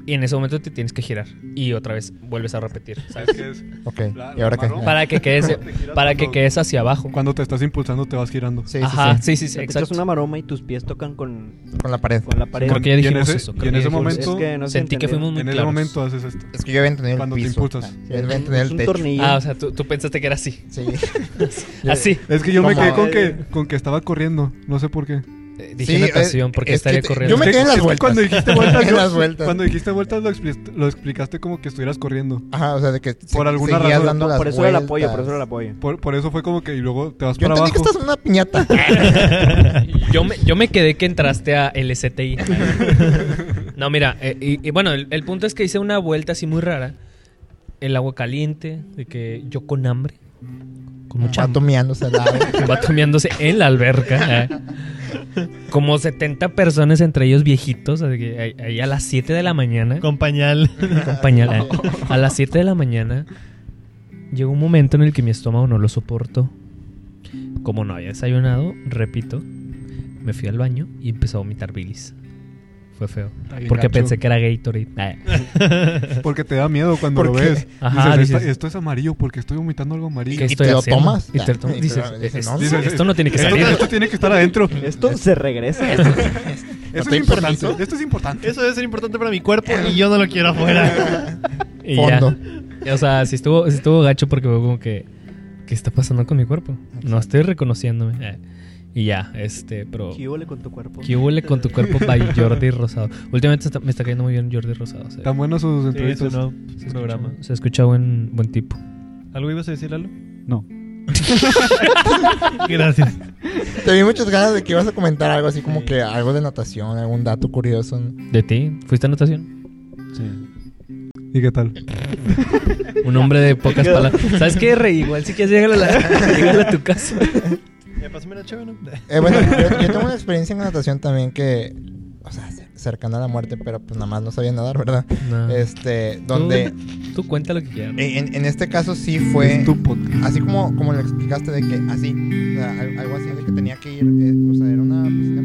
[SPEAKER 3] y en ese momento te tienes que girar y otra vez vuelves a repetir, ¿sabes?
[SPEAKER 2] ¿Sabes qué es?
[SPEAKER 6] Ok.
[SPEAKER 2] La-
[SPEAKER 6] ¿Y
[SPEAKER 2] la
[SPEAKER 6] ahora qué?
[SPEAKER 2] marrón.
[SPEAKER 3] para que quedes para que quedes hacia abajo.
[SPEAKER 2] Cuando te estás impulsando, te vas girando.
[SPEAKER 6] Sí, sí,
[SPEAKER 3] Ajá, sí,
[SPEAKER 6] sí.
[SPEAKER 3] sí, sí,
[SPEAKER 1] te echas
[SPEAKER 3] exacto. Ah,
[SPEAKER 1] una maroma y tus pies tocan con,
[SPEAKER 6] Con la pared.
[SPEAKER 1] con la pared.
[SPEAKER 3] Creo que ya
[SPEAKER 2] Y en
[SPEAKER 3] dijimos
[SPEAKER 2] ese-
[SPEAKER 3] eso.
[SPEAKER 2] y en ese momento-
[SPEAKER 1] Es que no se
[SPEAKER 3] sentí que
[SPEAKER 1] entendieron.
[SPEAKER 3] fuimos muy
[SPEAKER 2] En ese
[SPEAKER 3] claros.
[SPEAKER 2] momento haces esto.
[SPEAKER 6] Es que yo había entendido
[SPEAKER 2] Cuando
[SPEAKER 6] el
[SPEAKER 2] te
[SPEAKER 6] piso.
[SPEAKER 2] impulsas.
[SPEAKER 6] Yo había entendido
[SPEAKER 1] Es
[SPEAKER 6] el
[SPEAKER 1] un
[SPEAKER 6] techo.
[SPEAKER 1] tornillo.
[SPEAKER 3] Ah, o sea, tú, tú pensaste que era así.
[SPEAKER 6] Sí.
[SPEAKER 3] Así.
[SPEAKER 2] Es que yo me
[SPEAKER 6] Como-
[SPEAKER 2] quedé con que, con que estaba corriendo. No sé por qué.
[SPEAKER 3] Eh, Dije
[SPEAKER 6] Sí,
[SPEAKER 3] natación
[SPEAKER 6] eh,
[SPEAKER 3] porque
[SPEAKER 6] es que
[SPEAKER 3] estaría
[SPEAKER 6] te-
[SPEAKER 3] corriendo.
[SPEAKER 6] yo
[SPEAKER 2] Es
[SPEAKER 6] me
[SPEAKER 2] que-
[SPEAKER 6] quedé en las
[SPEAKER 2] es que
[SPEAKER 6] vueltas.
[SPEAKER 2] Cuando dijiste vueltas,
[SPEAKER 6] En
[SPEAKER 2] yo-
[SPEAKER 6] las vueltas.
[SPEAKER 2] Cuando dijiste vueltas lo, expli- lo explicaste como que estuvieras corriendo.
[SPEAKER 6] Ajá, o sea, de que
[SPEAKER 2] Por alguna
[SPEAKER 6] seguías
[SPEAKER 2] razón,
[SPEAKER 6] dando
[SPEAKER 2] no,
[SPEAKER 6] las
[SPEAKER 1] Por eso era el
[SPEAKER 6] vueltas.
[SPEAKER 1] apoyo, por eso era el apoyo.
[SPEAKER 2] Por, por eso fue como que y luego te vas
[SPEAKER 6] Yo
[SPEAKER 2] para
[SPEAKER 6] entendí
[SPEAKER 2] abajo.
[SPEAKER 6] que estás en una piñata.
[SPEAKER 3] Yo me, yo me quedé que entraste a LSTI. No, mira, eh, y, y bueno, el, el punto es que hice una vuelta así muy rara. El agua caliente, de que yo con hambre, con
[SPEAKER 6] Un
[SPEAKER 3] mucha
[SPEAKER 6] chato miándose al lado.
[SPEAKER 3] hambre, va tomeándose en la alberca. eh. Como 70 personas, entre ellos viejitos, así que ahí, ahí a las 7 de la mañana.
[SPEAKER 4] Con pañal.
[SPEAKER 3] con pañal, eh. A las 7 de la mañana llegó un momento en el que mi estómago no lo soportó. Como no había desayunado, repito, me fui al baño y empezó a vomitar bilis. Fue feo. Porque pensé que era Gatorade.
[SPEAKER 6] Ah,
[SPEAKER 3] Eh,
[SPEAKER 2] Porque te da miedo cuando
[SPEAKER 6] ¿Por
[SPEAKER 2] lo
[SPEAKER 6] qué?
[SPEAKER 2] ves.
[SPEAKER 3] Ajá,
[SPEAKER 2] Dices,
[SPEAKER 3] dices-
[SPEAKER 2] "Esta- esto es amarillo porque estoy vomitando algo
[SPEAKER 6] ¿Y-
[SPEAKER 2] amarillo.
[SPEAKER 3] ¿qué
[SPEAKER 6] y
[SPEAKER 3] estoy
[SPEAKER 6] te lo
[SPEAKER 3] haciendo?
[SPEAKER 6] tomas?
[SPEAKER 3] Y te lo
[SPEAKER 6] Ah,
[SPEAKER 3] tomas.
[SPEAKER 6] y
[SPEAKER 3] Dices,
[SPEAKER 6] te lo- dices,
[SPEAKER 3] "Es-
[SPEAKER 6] no,
[SPEAKER 3] dices,
[SPEAKER 2] no".
[SPEAKER 3] esto no tiene que
[SPEAKER 2] Esto,
[SPEAKER 3] salir.
[SPEAKER 2] esto tiene que estar adentro.
[SPEAKER 1] Esto se regresa.
[SPEAKER 6] ¿No
[SPEAKER 2] Esto
[SPEAKER 6] te
[SPEAKER 2] es importante.
[SPEAKER 6] permiso?
[SPEAKER 2] Esto es importante.
[SPEAKER 4] Eso debe ser importante para mi cuerpo y yo no lo quiero afuera.
[SPEAKER 3] Y ya.
[SPEAKER 6] Fondo.
[SPEAKER 3] O sea, si estuvo, sí estuvo gacho porque fue como que, ¿qué está pasando con mi cuerpo? No estoy reconociéndome. Eh, Y ya, este, pero...
[SPEAKER 1] ¿Qué huele con tu cuerpo?
[SPEAKER 3] ¿Qué huele con tu cuerpo by Jordi Rosado? Últimamente está- me está cayendo muy bien Jordi Rosado. Se,
[SPEAKER 2] Tan buenas sus
[SPEAKER 4] Sí, es
[SPEAKER 2] entrevistas.
[SPEAKER 4] un nuevo
[SPEAKER 3] se
[SPEAKER 4] programa.
[SPEAKER 3] escucha, se escucha buen, buen tipo.
[SPEAKER 4] ¿Algo ibas a decir, Lalo?
[SPEAKER 5] No.
[SPEAKER 4] Gracias.
[SPEAKER 6] Te vi muchas ganas de que ibas a comentar algo así como que algo de natación, algún dato curioso.
[SPEAKER 3] ¿De ti? ¿Fuiste a natación?
[SPEAKER 2] ¿Y qué tal?
[SPEAKER 3] Un hombre de pocas palabras. ¿Sabes qué, Rey? Igual si quieres, llégale a, la- llégale a tu casa.
[SPEAKER 4] Eh, pásame una chévere, ¿no?
[SPEAKER 6] Eh, bueno, yo, yo tengo una experiencia en natación también que, o sea, cer- cercana a la muerte, pero pues nada más no sabía nadar, ¿verdad?
[SPEAKER 3] No.
[SPEAKER 6] Este, donde
[SPEAKER 3] Tú cuenta lo que quieras.
[SPEAKER 6] en, en este caso sí fue...
[SPEAKER 2] Es tu podcast.
[SPEAKER 6] así como, como lo explicaste de que así, o sea, al- algo así de que tenía que ir, eh, o sea, era una piscina